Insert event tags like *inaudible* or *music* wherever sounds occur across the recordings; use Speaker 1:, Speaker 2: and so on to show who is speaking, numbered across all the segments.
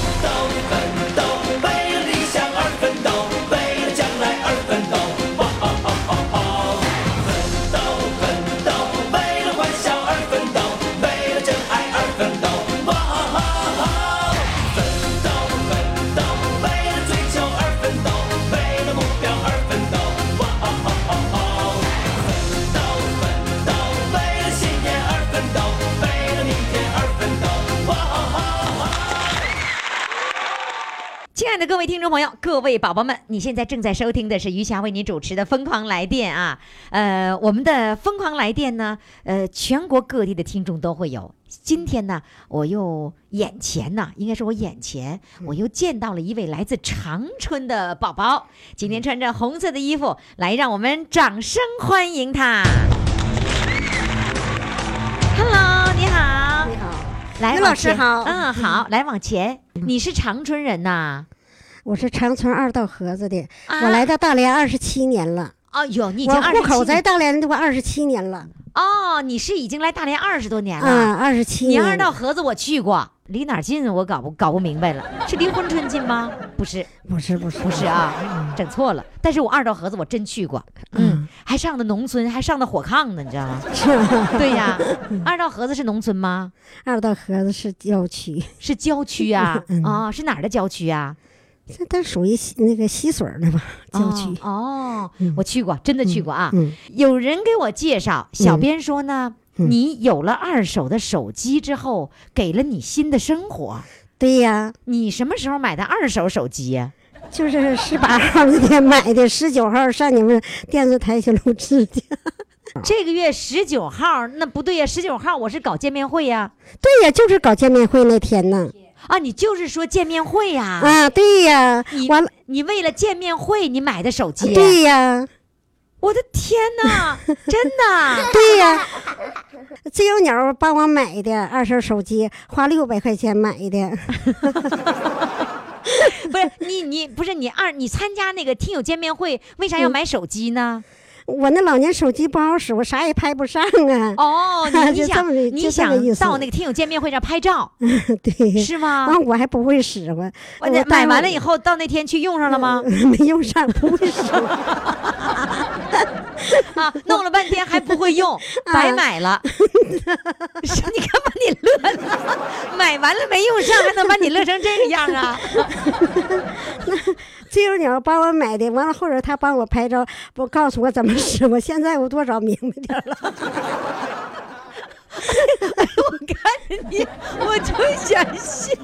Speaker 1: 奋斗，奋斗，为了理想而奋斗，为了将来而奋斗，哇哦哦哦哦！奋斗，奋斗，为了欢笑而奋斗，为了真爱而奋斗，哇哦哦哦！奋斗，奋斗，为了追求而奋斗，为了目标而奋斗，哇哦哦哦哦！奋斗，奋斗，为了信念而奋斗，为了明天而奋斗，哇哦哦哦！
Speaker 2: 亲爱的各位听众朋友，各位宝宝们，你现在正在收听的是余霞为您主持的《疯狂来电》啊。呃，我们的《疯狂来电》呢，呃，全国各地的听众都会有。今天呢，我又眼前呐、应该是我眼前，我
Speaker 3: 嗯
Speaker 2: 又见到了一位来自长春的宝宝，今天穿着红色的衣服，来让我们掌声欢迎他。Hello，你好，
Speaker 3: 你好，
Speaker 2: 来
Speaker 3: 于
Speaker 2: 往
Speaker 3: 老师
Speaker 2: 前
Speaker 3: 好
Speaker 2: 嗯，好，来往前，你是长春人呐、
Speaker 3: 我是长春二道河子的，
Speaker 2: 啊
Speaker 3: 我来到大连二十七年了，
Speaker 2: 哦哟，你已经
Speaker 3: 我
Speaker 2: 二
Speaker 3: 户
Speaker 2: 十
Speaker 3: 口
Speaker 2: 七
Speaker 3: 在大连都快二十七年了，
Speaker 2: 哦，你是已经来大连二十多年了。
Speaker 3: 啊，二十七
Speaker 2: 你
Speaker 3: 年。
Speaker 2: 二道河子我去过，离哪儿近我搞不搞不明白了，是离珲春近吗？不是，
Speaker 3: 不是不是
Speaker 2: 不
Speaker 3: 不
Speaker 2: 是，啊，整错了。但是我二道河子我真去过，嗯
Speaker 3: 嗯，
Speaker 2: 还上的农村，还上的火炕呢，你知道
Speaker 3: *laughs*
Speaker 2: 吗？
Speaker 3: 是吧
Speaker 2: 对呀，
Speaker 3: 嗯
Speaker 2: 二道河子是农村吗？
Speaker 3: 二道河子是郊区，
Speaker 2: 是郊区啊
Speaker 3: 嗯，
Speaker 2: 啊、是哪儿的郊区啊？
Speaker 3: 这它属于西那个溪水儿的吧？郊区。
Speaker 2: 哦，哦
Speaker 3: 嗯
Speaker 2: 我去过，真的去过啊。
Speaker 3: 嗯，
Speaker 2: 有人给我介绍，小编说呢，
Speaker 3: 嗯
Speaker 2: 你有了二手的手机之后，给了你新的生活。
Speaker 3: 对呀，
Speaker 2: 你什么时候买的二手手机呀、
Speaker 3: 就是十八号那天买的，十九号上你们电视台去录制的。
Speaker 2: 这个月十九号，那不对呀、1十九号我是搞见面会呀、
Speaker 3: 对呀，就是搞见面会那天呢。
Speaker 2: 啊。你就是说见面会呀、
Speaker 3: 啊，对呀
Speaker 2: 你，
Speaker 3: 完了，
Speaker 2: 你为了见面会你买的手机？
Speaker 3: 对呀，
Speaker 2: 我的天
Speaker 3: *laughs*
Speaker 2: 哪，真的！
Speaker 3: 对呀、自由鸟帮我买的二手手机，花六百块钱买的。
Speaker 2: 不是你你不是你二你参加那个听友见面会，为
Speaker 3: 嗯
Speaker 2: 啥要买手机呢？
Speaker 3: 我那老年手机不好使，我啥也拍不上啊。
Speaker 2: 哦，你你
Speaker 3: 就这
Speaker 2: 想
Speaker 3: 么个
Speaker 2: 你
Speaker 3: 就这么个意
Speaker 2: 想
Speaker 3: 思
Speaker 2: 到那个听友见面会上拍照
Speaker 3: *laughs* 对，
Speaker 2: 是吗？
Speaker 3: 完我还不会使唤，
Speaker 2: 我那买
Speaker 3: 待会
Speaker 2: 完
Speaker 3: 儿
Speaker 2: 了以后，到那天去用上了吗？
Speaker 3: *laughs* 没用上，不会使 *laughs* 唤。
Speaker 2: 啊，弄了半天还不会
Speaker 3: *laughs*
Speaker 2: 用，
Speaker 3: 啊
Speaker 2: 白买了。是你看把你乐的，买完了没用上，还能把你乐成这个样啊？ *laughs*
Speaker 3: 自由鸟帮我买的，完了后边他帮我拍照，不告诉我怎么使。我现在我多少明白点儿了。 *laughs*
Speaker 2: 我看着你，我就想笑。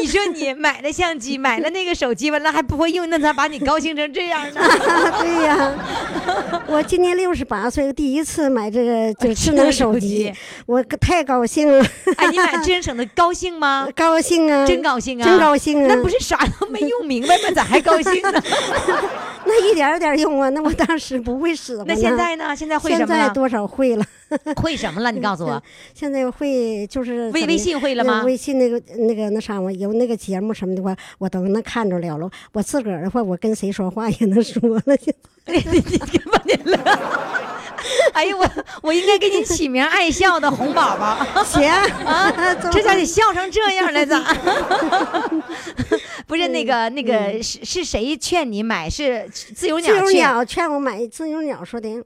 Speaker 2: 你说你买了相机，买了那个手机，完了还不会用，那咋把你高兴成这样呢？
Speaker 3: 对呀、
Speaker 2: *laughs*
Speaker 3: 我今年六十八岁，第一次买这个就智能手机
Speaker 2: *laughs* 手机，
Speaker 3: 我可太高兴了。
Speaker 2: 哎，你买智能手机高兴吗？
Speaker 3: *laughs* 高兴啊！
Speaker 2: 真高兴啊！
Speaker 3: 真高兴啊！
Speaker 2: 那不是啥都没用明白吗？咋还高兴呢？
Speaker 3: *laughs* 那一点儿点儿用啊！那我当时不会使唤
Speaker 2: *laughs* 那
Speaker 3: 呢
Speaker 2: 现在呢？现在会什
Speaker 3: 现
Speaker 2: 么
Speaker 3: 在
Speaker 2: 了？
Speaker 3: 多嗯少会
Speaker 2: *laughs*
Speaker 3: 了？
Speaker 2: 会什么了？你告诉我，
Speaker 3: 现在会就是
Speaker 2: 微
Speaker 3: 怎么
Speaker 2: 微信会了
Speaker 3: 那
Speaker 2: 吗
Speaker 3: 微信那个那个那啥，我有那个节目什么的话，我都能看着了了。我自个儿的话，我跟谁说话也能说了。
Speaker 2: *laughs* 你你给我你乐。 *laughs* 哎呀，我我应该给你起名爱笑的红宝
Speaker 3: *laughs*
Speaker 2: 宝，
Speaker 3: 行 *laughs*
Speaker 2: 啊
Speaker 3: 走
Speaker 2: 这
Speaker 3: 吧
Speaker 2: 下得笑成这样了
Speaker 3: *laughs*
Speaker 2: 咋？不是那
Speaker 3: 嗯
Speaker 2: 个那个是是谁劝你买？是自由
Speaker 3: 自
Speaker 2: 鸟
Speaker 3: 由
Speaker 2: 劝？
Speaker 3: 鸟劝我买，自由鸟说的，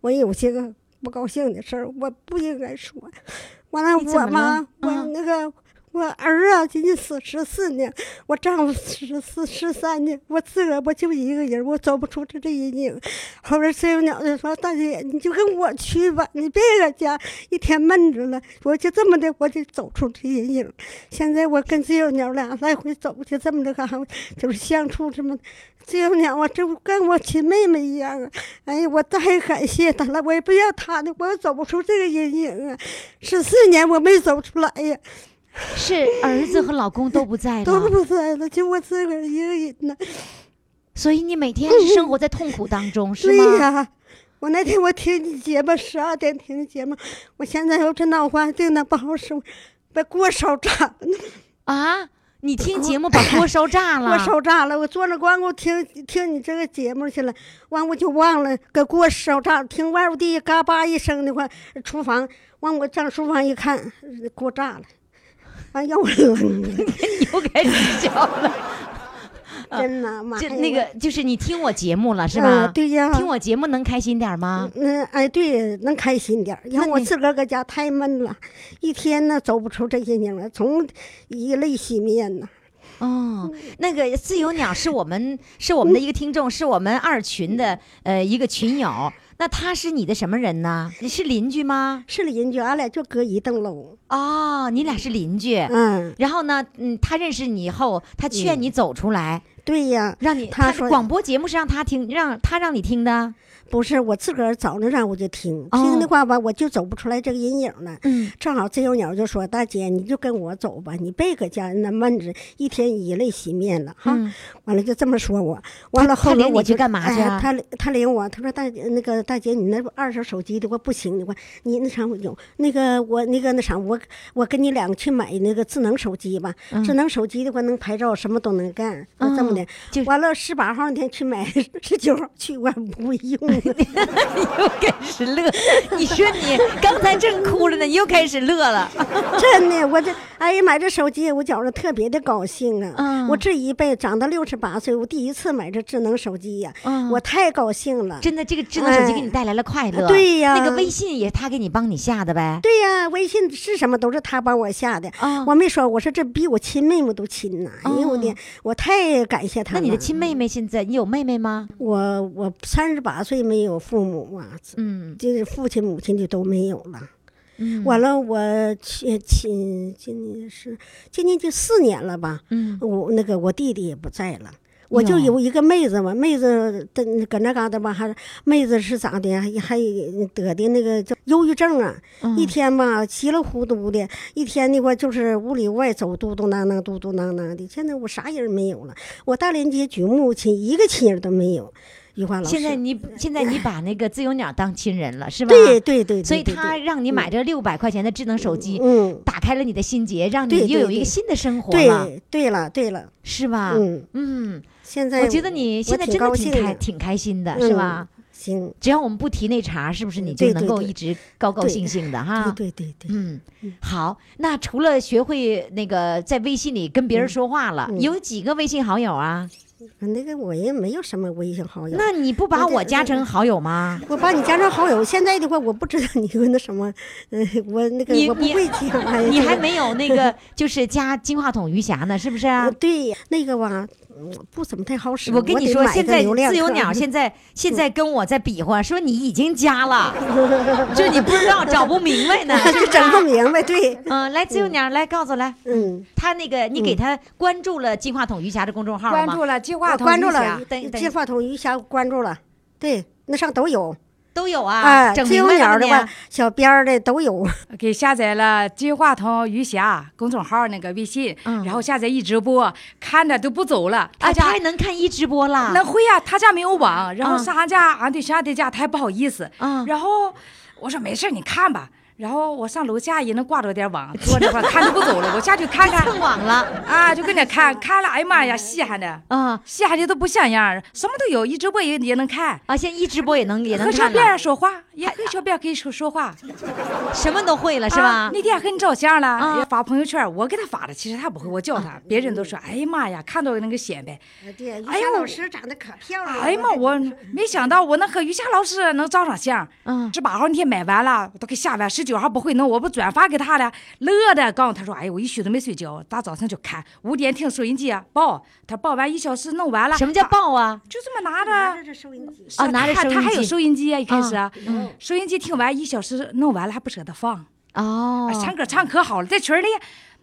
Speaker 3: 我有些个不高兴的事儿，我不应该说。完了，
Speaker 2: 你怎么
Speaker 3: 我妈
Speaker 2: 了，
Speaker 3: 我
Speaker 2: 嗯
Speaker 3: 那个。我儿啊，今年十十四呢，我丈夫十四十三呢，我自个儿我就一个人，我走不出这这阴影。后边自由鸟就说：“大姐，你就跟我去吧，你别搁家一天闷着了。”我就这么的，我就走出这阴影。现在我跟自由鸟俩来回走，就这么的干，就是相处这么。自由鸟啊，这不跟我亲妹妹一样啊！哎呀，我太感谢她了，我也不要她的，我也走不出这个阴影啊！十四年我没走出来
Speaker 2: 哎
Speaker 3: 呀，
Speaker 2: 是儿子和老公都不在
Speaker 3: 都
Speaker 2: 了，
Speaker 3: 不在了，就我自个儿一个人呢。 *laughs*
Speaker 2: 所以你每天生活在痛苦当中，是
Speaker 3: 对
Speaker 2: 吗？
Speaker 3: 呀、我那天我听你节目，十二点听你节目，我现在要这脑瓜定的不好使，把锅烧炸，
Speaker 2: 啊！你听节目把锅烧炸了，
Speaker 3: *laughs* 锅烧炸了。我坐那光顾听听你这个节目去了，完我就忘了给锅烧炸。听外屋地嘎巴一声的话，厨房完我上厨房一看，锅炸了，完让我扔了，
Speaker 2: *laughs* *laughs* 你又开始笑
Speaker 3: *laughs*
Speaker 2: 了。
Speaker 3: 真的妈
Speaker 2: 就
Speaker 3: 呀！
Speaker 2: 那个，就是你听我节目了是
Speaker 3: 啊
Speaker 2: 吧？
Speaker 3: 对呀
Speaker 2: 听我节目能开心点吗？
Speaker 3: 嗯，哎，对，能开心点儿。因为
Speaker 2: 那
Speaker 3: 我
Speaker 2: 你
Speaker 3: 自个儿搁家太闷了，一天呢走不出这些年来，从以泪洗面呐。
Speaker 2: 哦，那个自由鸟是我们是我们的一个听众，是我们二群的呃一个群友。那他是你的什么人呢？你是邻居吗？
Speaker 3: 是邻居，俺俩就隔一栋楼。
Speaker 2: 哦，你俩是邻居。
Speaker 3: 嗯，
Speaker 2: 然后呢，嗯，他认识你以后，他劝你走出来，
Speaker 3: 对呀，
Speaker 2: 嗯让你
Speaker 3: 他说
Speaker 2: 广播节目是让他听，让他让你听的。
Speaker 3: 不是我自个儿早那上我就听，
Speaker 2: 哦
Speaker 3: 听的话吧，我就走不出来这个阴影了。
Speaker 2: 嗯，
Speaker 3: 正好自由鸟就说：“大姐，你就跟我走吧，你别搁家那闷着，一天以泪洗面了哈。
Speaker 2: 嗯
Speaker 3: 完了就这么说我，完了
Speaker 2: 他
Speaker 3: 后来
Speaker 2: 领你
Speaker 3: 我
Speaker 2: 去
Speaker 3: 就
Speaker 2: 干嘛去啊
Speaker 3: 哎、他领他领我，他说大姐那个大姐，你那二手手机的话不行的话，你那啥我有那个我那个那啥我我跟你俩去买那个智能手机吧，智能手机的话能拍照，什么都能干，那这么的。
Speaker 2: 嗯就是
Speaker 3: 完了，十八号那天去买，十九号去我不用
Speaker 2: *laughs*
Speaker 3: 了。
Speaker 2: *laughs* 又开始乐，你说 *laughs* 你刚才正哭着呢，你又开始乐了。哦
Speaker 3: *laughs* 真的，我这哎呀，买这手机，我觉着特别的高兴啊！
Speaker 2: 嗯
Speaker 3: 我这一辈子长到六十八岁，我第一次买这智能手机呀、
Speaker 2: 嗯
Speaker 3: 我太高兴了。
Speaker 2: 真的，这个智能手机
Speaker 3: 哎
Speaker 2: 给你带来了快乐。
Speaker 3: 对呀
Speaker 2: 那个微信也他给你帮你下的呗。
Speaker 3: 对呀、微信是什么都是他帮我下的。
Speaker 2: 啊
Speaker 3: 我没说，我说这比我亲妹妹都亲呐、哎呦我
Speaker 2: 哦
Speaker 3: 的，我太感谢他
Speaker 2: 那
Speaker 3: 嗯了。
Speaker 2: 你的亲妹妹现在，你有妹妹吗？
Speaker 3: 我我三十八岁没有父母啊，
Speaker 2: 嗯
Speaker 3: 就是父亲母亲就都没有了。
Speaker 2: 嗯
Speaker 3: 完了，我去亲，今年是今年就四年了吧。
Speaker 2: 嗯
Speaker 3: 我那个我弟弟也不在了。我就
Speaker 2: 哟
Speaker 3: 有一个妹子嘛，妹子的搁那嘎达吧，还妹子是咋的呀？还还得的那个叫忧郁症啊，
Speaker 2: 嗯
Speaker 3: 一天吧稀里糊涂的，一天的话就是屋里屋外走，嘟嘟囔囔，嘟嘟囔囔的。现在我啥人没有了，我大连街举目无亲，一个亲人都没有。余华老师，
Speaker 2: 哦现在你现在你把那个自由鸟当亲人了，是吧？
Speaker 3: 对对对，
Speaker 2: 所以
Speaker 3: 对对
Speaker 2: 他让你买这六百块钱的智能手机，
Speaker 3: 嗯，
Speaker 2: 打开了你的心结，让你
Speaker 3: 对对
Speaker 2: 又有一个
Speaker 3: 对
Speaker 2: 新的生活了，
Speaker 3: 对对了对了，
Speaker 2: 是吧？
Speaker 3: 嗯，
Speaker 2: 嗯，
Speaker 3: 现在
Speaker 2: 我觉得你现在真的
Speaker 3: 高
Speaker 2: 挺
Speaker 3: 兴
Speaker 2: 开挺开心的，是吧？？
Speaker 3: 嗯行，
Speaker 2: 只要我们不提那茬儿，是不是你就
Speaker 3: 对对
Speaker 2: 能够
Speaker 3: 对
Speaker 2: 一直高高
Speaker 3: 对
Speaker 2: 兴兴的哈？
Speaker 3: 对对对对，
Speaker 2: 嗯，好，那除了学会那个在微信里跟别
Speaker 3: 嗯
Speaker 2: 人说话了，有几个微信好友啊？
Speaker 3: 那个我也没有什么微信好友。
Speaker 2: 那你不把
Speaker 3: 我这
Speaker 2: 我加成好友吗？
Speaker 3: 我把你加上好友，现在的话我不知道你有那什么，呃，我那个
Speaker 2: 你
Speaker 3: 我不
Speaker 2: 你
Speaker 3: 会加。哎呀
Speaker 2: 你还。
Speaker 3: 这个
Speaker 2: 没有那个就是加金话筒余霞呢，是不是啊
Speaker 3: 呃？对呀，那个吧，嗯我不怎么太好使。
Speaker 2: 我跟你
Speaker 3: 得
Speaker 2: 说，
Speaker 3: 买
Speaker 2: 现
Speaker 3: 个
Speaker 2: 在
Speaker 3: 流量
Speaker 2: 自由
Speaker 3: 客
Speaker 2: 鸟现在现在跟我在比划，说你已经加了，
Speaker 3: *laughs*
Speaker 2: 就你不知道找不明白呢。
Speaker 3: 就整不明白，对，
Speaker 2: 嗯，来自由鸟，来告诉我来，
Speaker 3: 嗯，
Speaker 2: 他那个你给他关注了金话筒余霞的公众号了
Speaker 4: 关
Speaker 2: 吗？
Speaker 4: 注了金话
Speaker 3: 我
Speaker 4: 筒
Speaker 3: 关注
Speaker 4: 余
Speaker 3: 了
Speaker 4: 霞
Speaker 2: 等一，等
Speaker 3: 金话筒鱼霞关注了，对，那上都有
Speaker 2: 都有啊，
Speaker 3: 哎
Speaker 2: 整
Speaker 3: 自
Speaker 2: 明
Speaker 3: 由
Speaker 2: 白
Speaker 3: 鸟
Speaker 2: 了
Speaker 3: 的
Speaker 2: 没
Speaker 3: 话
Speaker 2: 啊？，
Speaker 3: 小编儿的都有，
Speaker 4: 给下载了金话筒余霞公众号那个微信，然后下载一直播，看着都不走了。他
Speaker 2: 啊，嗯
Speaker 4: 家
Speaker 2: 他还能看一直播啦？
Speaker 4: 那会呀、他家没有网，然后
Speaker 2: 嗯
Speaker 4: 上俺家俺对象的家，他还不好意思。
Speaker 2: 嗯
Speaker 4: 然后我说没事儿你看吧。然后我上楼下也能挂着点网，坐这块儿看着不走了，我下去看
Speaker 2: *laughs*
Speaker 4: 看
Speaker 2: 蹭网了
Speaker 4: 啊，就跟着看，看了，哎呀妈呀，稀罕的，
Speaker 2: 啊
Speaker 4: 稀罕的都不像样儿，什么都有，一直播也也能看，
Speaker 2: 啊！现在一直播也能也能
Speaker 4: 和小
Speaker 2: 看
Speaker 4: 辫儿
Speaker 2: 了，
Speaker 4: 说话，也跟小辫儿可以说说话，
Speaker 2: 什么都会了是
Speaker 4: 啊
Speaker 2: 吧？
Speaker 4: 那天还跟你照相
Speaker 2: 啊
Speaker 4: 了，也发朋友圈，我给他发的，其实他不会，我叫他，别人
Speaker 2: 嗯
Speaker 4: 都说，哎呀妈呀，看到那个显摆，
Speaker 3: 对，于
Speaker 4: 哎呦
Speaker 3: 霞老师长得可漂
Speaker 2: 啊
Speaker 3: 亮了，
Speaker 4: 哎呀妈，我没想到我能和于霞老师能照上相。
Speaker 2: 嗯
Speaker 4: 十八号那天买完了，我都给下完，十九号不会弄，我不转发给他了，乐的告诉他说，哎呀，我一宿都没睡觉，大早上就看，五点听收音机啊报，他报完一小时弄完了，
Speaker 2: 什么叫
Speaker 4: 他？
Speaker 2: 报啊？
Speaker 4: 就这么拿
Speaker 3: 拿
Speaker 4: 着
Speaker 3: 着。这收音机，
Speaker 2: 啊
Speaker 3: 嗯
Speaker 2: 拿着
Speaker 4: 他
Speaker 2: 收音
Speaker 4: 他还有
Speaker 2: 机
Speaker 4: 收音机啊，一开始
Speaker 2: 啊
Speaker 4: 啊，收音机听完一小时弄完了还不舍得放，
Speaker 2: 哦
Speaker 4: 哎，唱歌唱可好了，在群里，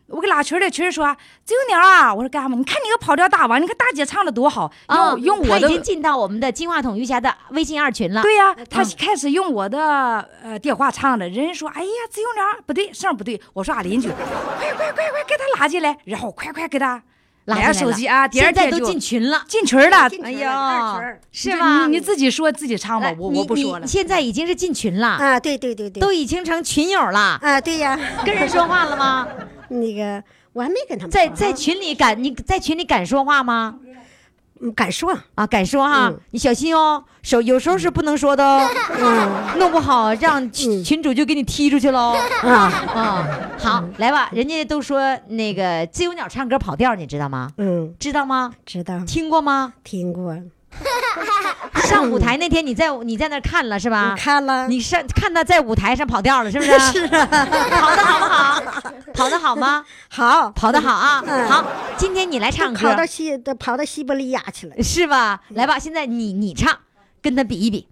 Speaker 4: 我给拉群里群里说，自由鸟啊，我说干嘛？你看你个跑调大王，你看大姐唱的多好，
Speaker 2: 啊，
Speaker 4: 用用
Speaker 2: 他
Speaker 4: 我
Speaker 2: 已经
Speaker 4: 的。
Speaker 2: 进到我们的金话筒余霞的微信二群了。嗯
Speaker 4: 对呀、他开始用我的呃电话唱的，人家说：“哎呀，自由鸟不对，声儿不对。”我说：“俺邻居，快快快快，给他拉进来，然后快快给他
Speaker 2: 拉进
Speaker 4: 连
Speaker 2: 来
Speaker 4: 手
Speaker 2: 了
Speaker 4: 机啊第二
Speaker 2: 现在
Speaker 4: 天
Speaker 2: 都
Speaker 4: 就
Speaker 2: 进群了。
Speaker 4: 进群儿了，
Speaker 3: 进
Speaker 2: 哎
Speaker 3: 群了
Speaker 2: 呀
Speaker 3: 二群儿，
Speaker 2: 是
Speaker 4: 你
Speaker 2: 吗？
Speaker 4: 你你自己说自己唱吧
Speaker 2: 来，
Speaker 4: 我
Speaker 2: 你
Speaker 4: 我不
Speaker 2: 你
Speaker 4: 说了。哎
Speaker 2: 现在已经是进群了，
Speaker 3: 啊，对对对对，
Speaker 2: 都已经成群友
Speaker 4: *laughs*
Speaker 2: 了，
Speaker 3: 啊，对呀，
Speaker 2: 跟人说话了吗？
Speaker 3: 那个我还没跟他们
Speaker 2: 在
Speaker 3: 说啊
Speaker 2: 在群里敢你在群里敢说话吗？
Speaker 3: 嗯敢说，
Speaker 2: 啊，敢说哈，
Speaker 3: 嗯
Speaker 2: 你小心哦，手有时候是不能说的哦，*laughs*
Speaker 3: 嗯
Speaker 2: 弄不好让群
Speaker 3: 嗯
Speaker 2: 群主就给你踢出去喽。
Speaker 4: 嗯
Speaker 3: 啊，
Speaker 2: *laughs* 啊、好，来吧，人家都说那个自由鸟唱歌跑调，你知道吗？
Speaker 3: 嗯，
Speaker 2: 知道吗？
Speaker 3: 知道
Speaker 2: 听过吗？
Speaker 3: 听过，
Speaker 2: 上舞台那天你在你在那儿看了是吧
Speaker 3: 我？看了，
Speaker 2: 啊
Speaker 3: *laughs*
Speaker 2: 你上看他在舞台上跑调了，是不是？是啊，跑的好不好？跑的好吗？
Speaker 3: 好，
Speaker 2: *laughs* 跑的好啊！
Speaker 3: 嗯
Speaker 2: 好，今天你来唱
Speaker 3: 跑
Speaker 2: 歌
Speaker 3: 到西都跑到西伯利亚去了，
Speaker 2: 是吧？来吧，现在你你唱，跟他比一比，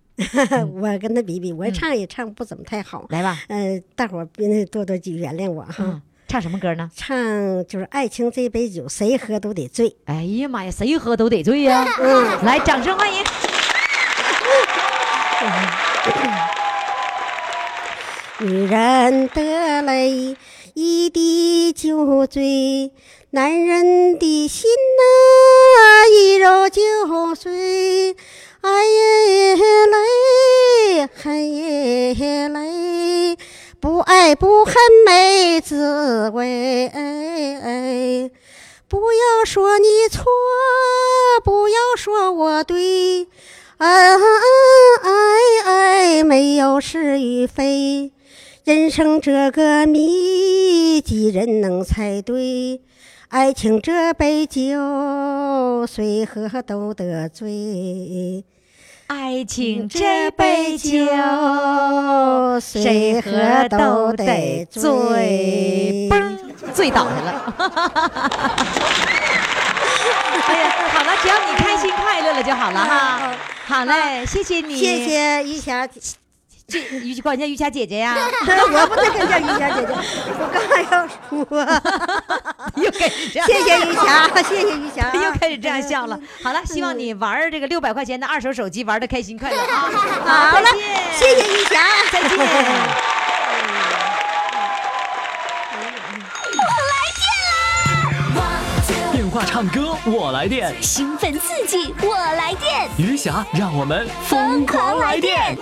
Speaker 2: 嗯
Speaker 3: *laughs* 我跟他比比，我唱也唱不怎么太好，
Speaker 2: 来吧，
Speaker 3: 嗯，大伙儿多多原谅我哈
Speaker 2: 嗯。，唱什么歌呢？
Speaker 3: 唱就是爱情这杯酒，谁喝都得醉。
Speaker 2: 哎呀妈呀，谁喝都得醉呀！来，掌声欢迎！
Speaker 3: 女人得了一滴酒醉，男人的心呐、一揉就碎。哎呀嘞，嘿呀嘞，不爱不恨没滋味。哎哎不要说你错，不要说我对，恩恩爱爱没有是与非，人生这个谜，几人能猜对？爱情这杯酒，谁喝都得醉。
Speaker 2: 爱情这
Speaker 3: 这
Speaker 2: 杯
Speaker 3: 杯
Speaker 2: 酒
Speaker 3: 酒，
Speaker 2: 谁
Speaker 3: 谁
Speaker 2: 喝
Speaker 3: 喝
Speaker 2: 都
Speaker 3: 都
Speaker 2: 得
Speaker 3: 得
Speaker 2: 醉
Speaker 3: 醉，
Speaker 2: 嘣，醉倒下了。 *laughs* 哎呀，好了，只要你开心快乐了就好了哈
Speaker 3: 嗯。
Speaker 2: 好嘞，谢谢你，
Speaker 3: 谢谢于霞姐，
Speaker 2: 这瑜管人家瑜伽姐姐呀， *laughs*
Speaker 3: 我不能跟叫于霞姐姐，我刚才要说。
Speaker 2: 又开始这样。
Speaker 3: 谢谢于霞，谢谢于霞啊，
Speaker 2: *laughs* 又开始这样笑了。好了，希望你玩儿这个六百块钱的二手手机玩的开心快乐啊！好
Speaker 3: 好了
Speaker 2: 再见，
Speaker 3: 谢谢于霞，
Speaker 2: 再见。
Speaker 5: 电话唱歌我来电，
Speaker 6: 兴奋刺激，我来电，
Speaker 5: 余霞让我们
Speaker 6: 疯狂来电！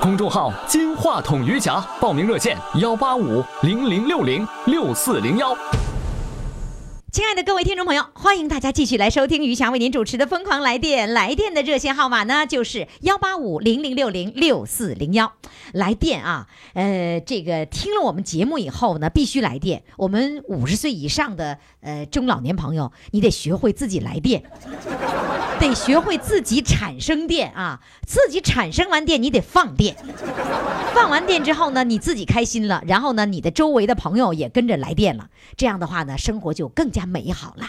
Speaker 5: 公众号“金话筒余霞”，报名热线：幺八五零零六零六四零幺。
Speaker 2: 亲爱的各位听众朋友，欢迎大家继续来收听于翔为您主持的《疯狂来电》，来电的热线号码呢就是幺八五零零六零六四零幺，来电啊，呃，这个听了我们节目以后呢，必须来电。我们五十岁以上的呃中老年朋友，你得学会自己来电， *laughs* 得学会自己产生电啊，自己产生完电，你得放电。放完电之后呢，你自己开心了，然后呢，你的周围的朋友也跟着来电了。这样的话呢，生活就更加美好了。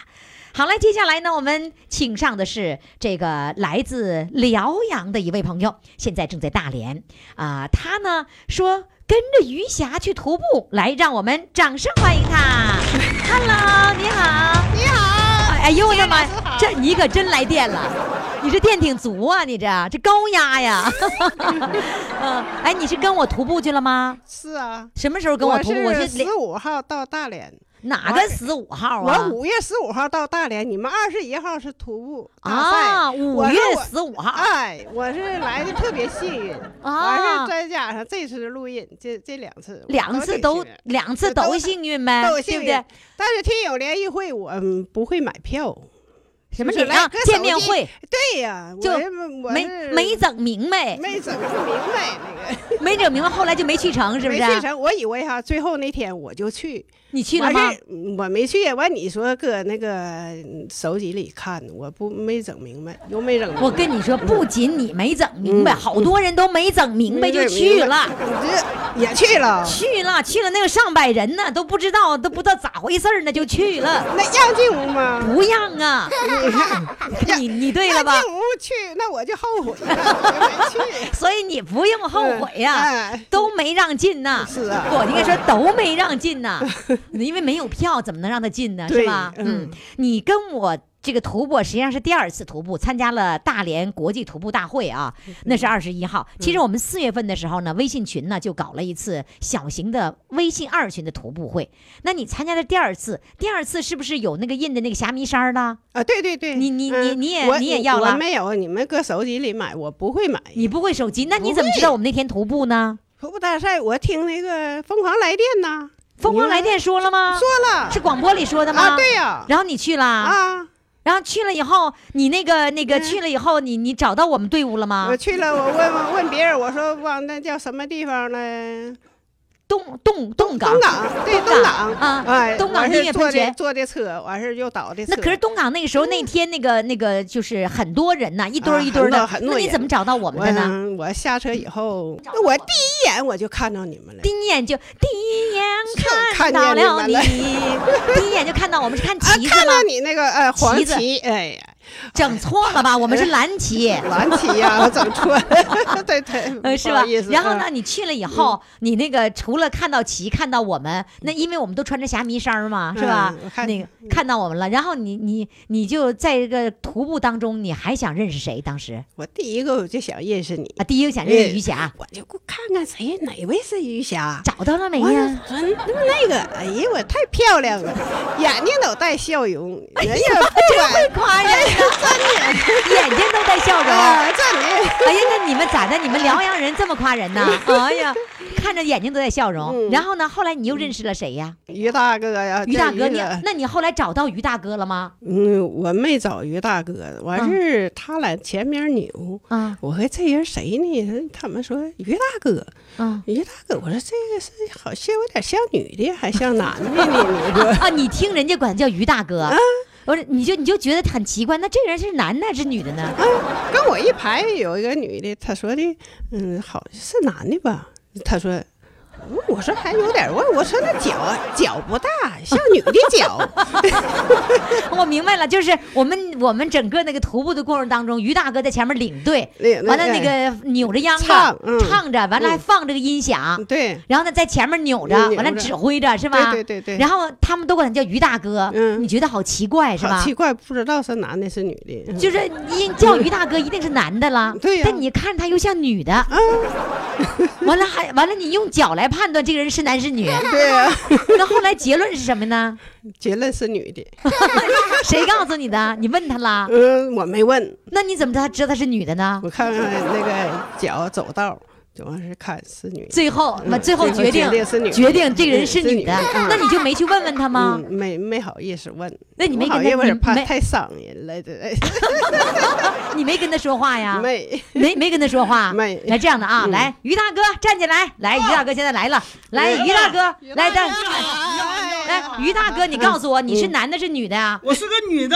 Speaker 2: 好了，接下来呢，我们请上的是这个来自辽阳的一位朋友，现在正在大连啊、他呢说跟着余霞去徒步，来，让我们掌声欢迎他。Hello，你好，你好。哎呦我的妈呀，这你可真来电了，你这电挺足啊，你这这高压
Speaker 7: *laughs*
Speaker 2: 呀。嗯，哎，你是跟我徒步去了吗？
Speaker 7: 是啊，
Speaker 2: 什么时候跟我徒步？我
Speaker 7: 是
Speaker 2: 是连
Speaker 7: 十五号到大连，
Speaker 2: 哪个十五号啊？
Speaker 7: 我五月十五号到大连，你们二十一号是徒步大赛
Speaker 2: 啊，五
Speaker 7: 我是
Speaker 2: 月
Speaker 7: 我
Speaker 2: 十五号。
Speaker 7: 哎，我是来的特别幸运，
Speaker 2: 啊
Speaker 7: 完事再加上这次录音，这这两次我
Speaker 2: 两次
Speaker 7: 都
Speaker 2: 都
Speaker 7: 挺幸运
Speaker 2: 两次
Speaker 7: 都
Speaker 2: 都幸运呗，
Speaker 7: 都
Speaker 2: 对
Speaker 7: 幸
Speaker 2: 不
Speaker 7: 运
Speaker 2: 对？，
Speaker 7: 但是听友联谊会我嗯不会买票，
Speaker 2: 什么
Speaker 7: 就是
Speaker 2: 你啊
Speaker 7: 来歌
Speaker 2: 见
Speaker 7: 手
Speaker 2: 面
Speaker 7: 机
Speaker 2: 会
Speaker 7: 对呀，我
Speaker 2: 就是
Speaker 7: 我
Speaker 2: 没
Speaker 7: 是
Speaker 2: 没整明白，
Speaker 7: 没整不明白那个，
Speaker 2: 没整明白，后来就没去成，是不是？啊
Speaker 7: 没去成，我以为哈，最后那天我就去，
Speaker 2: 你去了
Speaker 7: 完事
Speaker 2: 吗
Speaker 7: 儿？嗯我没去，完你说搁那个嗯手机里看，我不没整明白，又没整明白。
Speaker 2: 我跟你说，不仅你没整明
Speaker 7: 嗯
Speaker 2: 白，好多人都没整明白就去了。
Speaker 7: 你这也去了，
Speaker 2: 去了，去了，那个上百人呢，都不知道，都不知道咋回事儿呢，就去了，
Speaker 7: 那让进屋吗？
Speaker 2: 不让啊！ *laughs* 你你对了吧。
Speaker 7: 让？进屋去，那我就后悔了，我就没去
Speaker 2: 所以你不用后悔呀、
Speaker 7: 嗯哎
Speaker 2: 都没让进呐。
Speaker 7: 是啊
Speaker 2: 我应该说都没让进呐，因为没有票，怎么能让他进呢？是
Speaker 7: 对
Speaker 2: 吧？嗯
Speaker 7: 嗯，
Speaker 2: 你跟我这个徒步实际上是第二次徒步，参加了大连国际徒步大会啊，
Speaker 7: 嗯
Speaker 2: 那是二十一号。其实我们四月份的时候呢，微信群呢就搞了一次小型的微信二群的徒步会。那你参加的第二次，第二次是不是有那个印的那个虾米衫儿的？
Speaker 7: 啊，对对对，
Speaker 2: 你你你
Speaker 7: 嗯
Speaker 2: 你也
Speaker 7: 我
Speaker 2: 你也要
Speaker 7: 我
Speaker 2: 了
Speaker 7: 没有，你们搁手机里买，我不会买。
Speaker 2: 你不会手机，那你怎么知道我们那天徒步呢？
Speaker 7: 徒步大赛，我听那个《疯狂来电》呐，
Speaker 2: 疯狂来电说了吗？
Speaker 7: 说了
Speaker 2: 啊是广播里说的吗？
Speaker 7: 啊，对呀，
Speaker 2: 然后你去了，
Speaker 7: 啊，
Speaker 2: 然后去了以后，你那个那个
Speaker 7: 嗯
Speaker 2: 去了以后，你你找到我们队伍了吗
Speaker 7: 我？去了，我问问问别人，我说往那叫什么地方呢？
Speaker 2: 东东东港
Speaker 7: 东，港，对，
Speaker 2: 东
Speaker 7: 东
Speaker 2: 港
Speaker 7: 港
Speaker 2: 啊
Speaker 7: 哎
Speaker 2: 东港
Speaker 7: 完事
Speaker 2: 音乐
Speaker 7: 坐
Speaker 2: 喷泉
Speaker 7: 的坐的车，完事儿又倒的车。
Speaker 2: 那可是东港那个时候那天那个那个就是很多人呐，一堆儿
Speaker 7: 啊
Speaker 2: 一堆儿的，
Speaker 7: 很多很
Speaker 2: 那
Speaker 7: 多
Speaker 2: 你
Speaker 7: 人
Speaker 2: 怎么找到我们
Speaker 7: 我
Speaker 2: 的呢？
Speaker 7: 我下车以后，那我第一眼我就看到你们了
Speaker 2: 第。一眼就第一眼
Speaker 7: 是
Speaker 2: 看
Speaker 7: 看
Speaker 2: 到
Speaker 7: 见你
Speaker 2: 了
Speaker 7: 们
Speaker 2: 你
Speaker 7: 了，
Speaker 2: 第一眼就看到我们是看
Speaker 7: 啊
Speaker 2: 旗，子
Speaker 7: 看
Speaker 2: 吗
Speaker 7: 到？你那个呃黄
Speaker 2: 旗子
Speaker 7: 旗，哎呀，
Speaker 2: 整错了吧？我们是蓝旗。
Speaker 7: 蓝旗啊呀，我整
Speaker 2: *laughs*
Speaker 7: 错了，对对，
Speaker 2: 呃，
Speaker 7: 不
Speaker 2: 是
Speaker 7: 好
Speaker 2: 吧
Speaker 7: 意？思
Speaker 2: 然后呢，
Speaker 7: 嗯
Speaker 2: 你去了以后，你那个除了看到旗，看到我们，那因为我们都穿着霞迷衫儿嘛，是吧
Speaker 7: 嗯我？看
Speaker 2: 那个看到我们了，然后你你你就在这个徒步当中，你还想认识谁？当时
Speaker 7: 我第一个我就想认识你，
Speaker 2: 啊，第一个想认识
Speaker 7: 嗯
Speaker 2: 余霞，
Speaker 7: 我就过看看谁哪位是余霞。
Speaker 2: 找到了没
Speaker 7: 我
Speaker 2: 哎呀？
Speaker 7: 说那个，哎呀，我太漂亮了，眼睛都带笑容，
Speaker 2: 哎
Speaker 7: 人也不管哎
Speaker 2: 夸人呢， *laughs* 眼睛都带笑容。
Speaker 7: 啊，这你
Speaker 2: 哎呀，那你们咋的？你们辽阳人这么夸人
Speaker 7: *laughs*
Speaker 2: 呢？哎呀，看着眼睛都带笑容。
Speaker 7: 嗯
Speaker 2: 然后呢，后来你又认识了谁呀？
Speaker 7: 于大哥呀，
Speaker 2: 于
Speaker 7: 这
Speaker 2: 大哥，你
Speaker 7: 大
Speaker 2: 那你后来找到于大哥了吗？
Speaker 7: 嗯，我没找于大哥，完事儿他俩前面扭，
Speaker 2: 啊
Speaker 7: 我说这人谁呢？他们说于大哥，
Speaker 2: 啊
Speaker 7: 于大哥，我说这个是好像有点像女的，还像男的呢？
Speaker 2: *laughs*
Speaker 7: 你说
Speaker 2: 啊！你听人家管叫于大
Speaker 7: 啊
Speaker 2: 哥，我说你就你就觉得很奇怪，那这人是男的还是女的
Speaker 7: 啊
Speaker 2: 呢？
Speaker 7: 跟我一排有一个女的，她说的，嗯，好像是男的吧？她说。我我说还有点，我我说那脚脚不大，像女的
Speaker 2: *laughs*
Speaker 7: 脚。
Speaker 2: 我明白了，就是我们我们整个那个徒步的过程当中，于大哥在前面领队
Speaker 7: 领，队
Speaker 2: 完了那个扭着秧歌
Speaker 7: 呃哎唱嗯
Speaker 2: 唱着，完了还
Speaker 7: 嗯
Speaker 2: 放这个音响。
Speaker 7: 对，
Speaker 2: 然后呢，在前面扭着，
Speaker 7: 扭
Speaker 2: 完了
Speaker 7: 着
Speaker 2: 指挥着，是吧？
Speaker 7: 对对对对
Speaker 2: 然后他们都管他叫于大哥，
Speaker 7: 嗯
Speaker 2: 你觉得好奇怪是
Speaker 7: 好
Speaker 2: 吧
Speaker 7: 奇？怪，不知道是男的是女的。
Speaker 2: 就是一叫于大哥一定是男的了，
Speaker 7: *laughs* 对呀嗯
Speaker 2: 但你看着他又像女的， *laughs* 完了还完了，你用脚来判断这个人是男是女，
Speaker 7: *laughs* 对呀、
Speaker 2: *laughs* 那后来结论是什么呢？ *laughs*
Speaker 7: 结论是女的。
Speaker 2: 谁告诉你的？你问他啦？
Speaker 7: 嗯，我没问，
Speaker 2: 那你怎么知道知道她是女的呢？
Speaker 7: 我看看那个脚走道，就完事看是女的。
Speaker 2: 最后，那最后
Speaker 7: 嗯最
Speaker 2: 决
Speaker 7: 后
Speaker 2: 定
Speaker 7: 决定是女的嗯
Speaker 2: 决定这个人是女的
Speaker 7: 是女的，
Speaker 2: 那你就没去问问他吗？
Speaker 7: 嗯，没没好意思问，
Speaker 2: 那你没
Speaker 7: 我好
Speaker 2: 跟他
Speaker 7: 意
Speaker 2: 你
Speaker 7: 思怕
Speaker 2: 没
Speaker 7: 太伤人了，这
Speaker 2: 你没跟他说话呀？
Speaker 7: *laughs* 没
Speaker 2: 没没跟他说话，
Speaker 7: 没
Speaker 2: 来这样的啊，
Speaker 7: 嗯
Speaker 2: 来，于大哥站起来，来，于大哥现在来了，来，于大哥，哎来，站，来，于大哥，你告诉我，
Speaker 7: 嗯
Speaker 2: 你是男的，是女的呀？
Speaker 8: 我是个女的，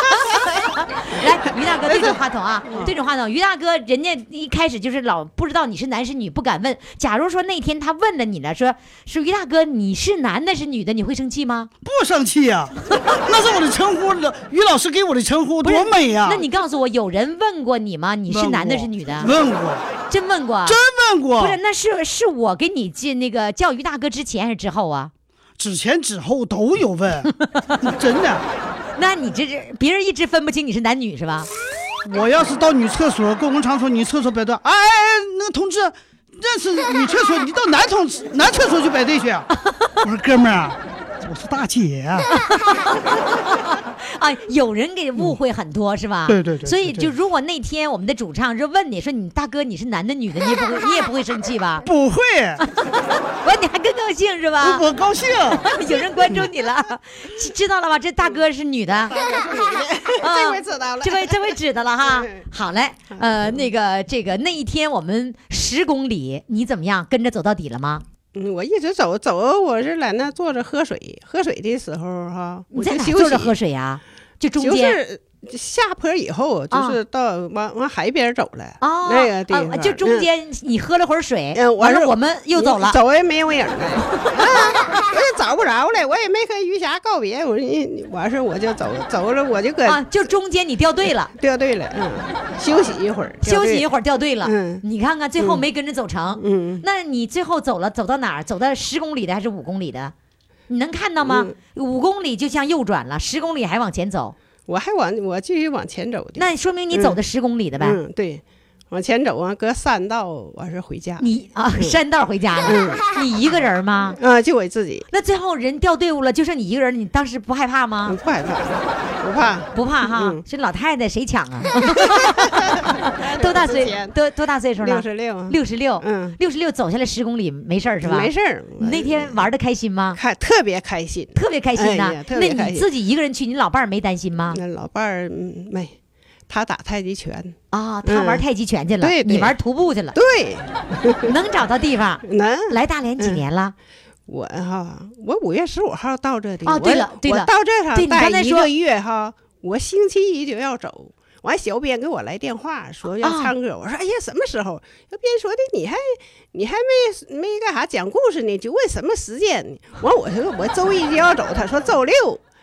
Speaker 2: 来，于大哥对准话筒
Speaker 8: *laughs*
Speaker 2: 啊，
Speaker 8: 嗯
Speaker 2: 对准话筒，于大哥，人家一开始就是老不知道你是男是女，不敢问。假如说那天他问了你了，说说于大哥，你是男的，是女的，你会生气吗？
Speaker 8: *laughs* 不生气呀、 *laughs* 那是我的称呼，老于老师给我的称呼
Speaker 2: 是
Speaker 8: 多美呀、
Speaker 2: 那你告诉我，有人问过你吗？你是男的，是女的？
Speaker 8: 问过，
Speaker 2: 真问过？
Speaker 8: 真问过
Speaker 2: 不，是，那是是我给你进那个叫于大哥之前还是之后啊？
Speaker 8: 之前之后都有
Speaker 2: *laughs*
Speaker 8: 问，真的。
Speaker 2: 那你这是别人一直分不清你是男女是吧？
Speaker 8: 我要是到女厕所，公共场所女厕所摆队，哎哎哎，那个同志，这是女厕所，你到男同男厕所去摆队去。啊 *laughs* 我说哥们儿啊，我是大姐啊，
Speaker 2: *laughs* 啊，有人给误会很
Speaker 7: 嗯
Speaker 2: 多、是吧？
Speaker 8: 对对对
Speaker 2: 所以
Speaker 8: 对
Speaker 2: 就
Speaker 8: 对
Speaker 2: 如果那天我们的主唱就问你说你大哥你是男的女的，你也不
Speaker 7: *laughs*
Speaker 2: 会你也不会生气吧？
Speaker 8: 不会，
Speaker 2: 完你还更高兴是
Speaker 7: *laughs*
Speaker 2: 吧？
Speaker 8: 我高兴。
Speaker 2: *laughs* 有人关注你了， *laughs* 知知道了吧？这大哥是女
Speaker 7: *laughs*
Speaker 2: 的。
Speaker 7: 这回知道了。
Speaker 2: 这回这回知道了哈
Speaker 7: 对。嗯
Speaker 2: 好嘞，呃，那个这个那一天我们十公里，你怎么样？跟着走到底了吗？
Speaker 7: 嗯，我一直走走，我是在那坐着喝水，喝水的时候哈，
Speaker 2: 你
Speaker 7: 我
Speaker 2: 在
Speaker 7: 就
Speaker 2: 哪
Speaker 7: 休
Speaker 2: 坐
Speaker 7: 息
Speaker 2: 着喝水啊？就中
Speaker 7: 就
Speaker 2: 间
Speaker 7: 是下坡以后，就
Speaker 2: 啊
Speaker 7: 是到往往海边走了，
Speaker 2: 哦，
Speaker 7: 那个地
Speaker 2: 啊
Speaker 7: 方
Speaker 2: 就中。
Speaker 7: 嗯
Speaker 2: 间你喝了会儿水，
Speaker 7: 嗯我
Speaker 2: 完了
Speaker 7: 是
Speaker 2: 我们又走了。
Speaker 7: 走也没有影儿了，啊我也找不着了，我也没和余霞告别，我说你你完事儿我就走，走了我就搁
Speaker 2: 啊，就中间你掉队了，
Speaker 7: 掉队了，嗯，休息一会儿，掉
Speaker 2: 休息
Speaker 7: 队
Speaker 2: 一会儿掉队了。
Speaker 7: 嗯
Speaker 2: 你看看最后没跟着走成。
Speaker 7: 嗯，
Speaker 2: 那你最后走了，走到哪儿？走到十公里的还是
Speaker 7: 嗯
Speaker 2: 五公里的？你能看到吗？五公里就向右转了，十公里还往前走。
Speaker 7: 我还往我继续往前走的。
Speaker 2: 那说明你走的十公里的呗？
Speaker 7: 嗯，对，往前走啊，隔山道完事回家。
Speaker 2: 你啊，
Speaker 7: 嗯
Speaker 2: 山道回家了，你一个人吗？
Speaker 7: 啊，就我自己，
Speaker 2: 那最后人掉队伍了，就剩你一个人，你当时不害怕吗
Speaker 7: 嗯？不害怕，不怕。
Speaker 2: 不怕哈
Speaker 7: 嗯，
Speaker 2: 这老太太谁抢
Speaker 7: *laughs*
Speaker 2: 啊？多大
Speaker 7: 之
Speaker 2: 岁？
Speaker 7: 前
Speaker 2: 多多大岁数了？
Speaker 7: 六十六啊，
Speaker 2: 六十六，
Speaker 7: 嗯
Speaker 2: 六十六走下来十公里没事儿是吧？
Speaker 7: 没事。儿。
Speaker 2: 你那天玩的开心吗？
Speaker 7: 看特别开心。
Speaker 2: 特别开心
Speaker 7: 哎
Speaker 2: 呐
Speaker 7: 呀。特
Speaker 2: 那
Speaker 7: 别开
Speaker 2: 你
Speaker 7: 心
Speaker 2: 自己一个人去，你老伴儿没担心吗？
Speaker 7: 那老伴儿嗯没，他打太极拳，
Speaker 2: 啊，他玩
Speaker 7: 嗯
Speaker 2: 太极拳去了，
Speaker 7: 对对
Speaker 2: 你玩徒步去了，
Speaker 7: 对，
Speaker 2: 能找到地方。
Speaker 7: 能。
Speaker 2: 来大连几
Speaker 7: 嗯
Speaker 2: 年了？
Speaker 7: 我哈，我五月十五号到这里。
Speaker 2: 哦
Speaker 7: 我
Speaker 2: 对了对了
Speaker 7: 我到这上
Speaker 2: 对你刚才
Speaker 7: 待一
Speaker 2: 说
Speaker 7: 个月哈，我星期一就要走。完，小编给我来电话说要
Speaker 2: 啊
Speaker 7: 唱歌，我说哎呀，什么时候？小编说的你还你还没没干啥讲故事呢，就问什么时间呢？完，我说我周一就要走，他说周六。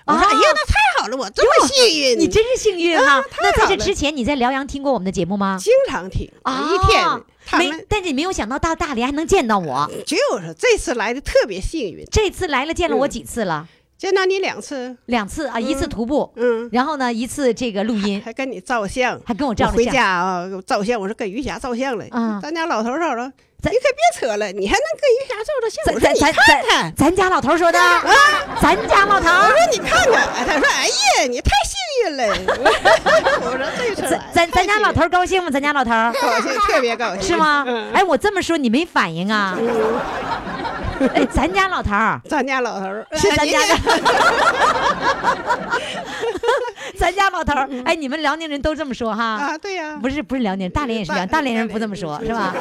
Speaker 7: 我说
Speaker 2: 啊
Speaker 7: 哎呀，那太好了，我这么幸运，
Speaker 2: 你真是幸运哈
Speaker 7: 嗯啊！太
Speaker 2: 那在
Speaker 7: 好
Speaker 2: 这
Speaker 7: 了
Speaker 2: 之前，你在辽阳听过我们的节目吗？
Speaker 7: 经常听
Speaker 2: 啊，
Speaker 7: 一天他
Speaker 2: 没
Speaker 7: 们，嗯
Speaker 2: 但是你没有想到到大连还能见到我。
Speaker 7: 就是这次来的特别幸运，
Speaker 2: 这次来了，见了我
Speaker 7: 嗯
Speaker 2: 几次了？
Speaker 7: 见到你两次，
Speaker 2: 两次啊，一次徒步，
Speaker 7: 嗯，
Speaker 2: 然后呢，一次这个录音，
Speaker 7: 还跟你照相，
Speaker 2: 还跟我照
Speaker 7: 回
Speaker 2: 了
Speaker 7: 家
Speaker 2: 相。
Speaker 7: 啊照相，我说跟于霞照相了，
Speaker 2: 啊
Speaker 7: 咱家老头照了，
Speaker 2: 咱
Speaker 7: 你可别扯了，你还能跟于霞照照相？
Speaker 2: 咱咱
Speaker 7: 哎我啊说你
Speaker 2: 咱
Speaker 7: 看
Speaker 2: 咱
Speaker 7: 看。
Speaker 2: 咱家老头儿说的，咱家老头
Speaker 7: 我
Speaker 2: 儿，
Speaker 7: 说你看看，哎他说：“哎呀，你太幸运了。” *laughs* 我说：“这次
Speaker 2: 咱
Speaker 7: 来
Speaker 2: 咱咱家老头
Speaker 7: 太
Speaker 2: 儿高兴吗？咱家老头儿
Speaker 7: 幸运了高兴，特别高兴，
Speaker 2: 是吗？
Speaker 7: *laughs* 嗯
Speaker 2: 哎，我这么说你没反应
Speaker 7: *laughs*
Speaker 2: 啊？哎，咱家老头儿
Speaker 7: 咱家老头儿
Speaker 2: 是咱家，
Speaker 7: 哎 *laughs* 你
Speaker 2: 的，
Speaker 7: *laughs*
Speaker 2: 咱家老头儿。哎，你们辽宁人都这么说哈？
Speaker 7: 嗯啊，对呀，
Speaker 2: 不是不是辽宁，大连也是一样，
Speaker 7: 大
Speaker 2: 大连人不这么说
Speaker 7: 大
Speaker 2: 是
Speaker 7: 连
Speaker 2: 吧？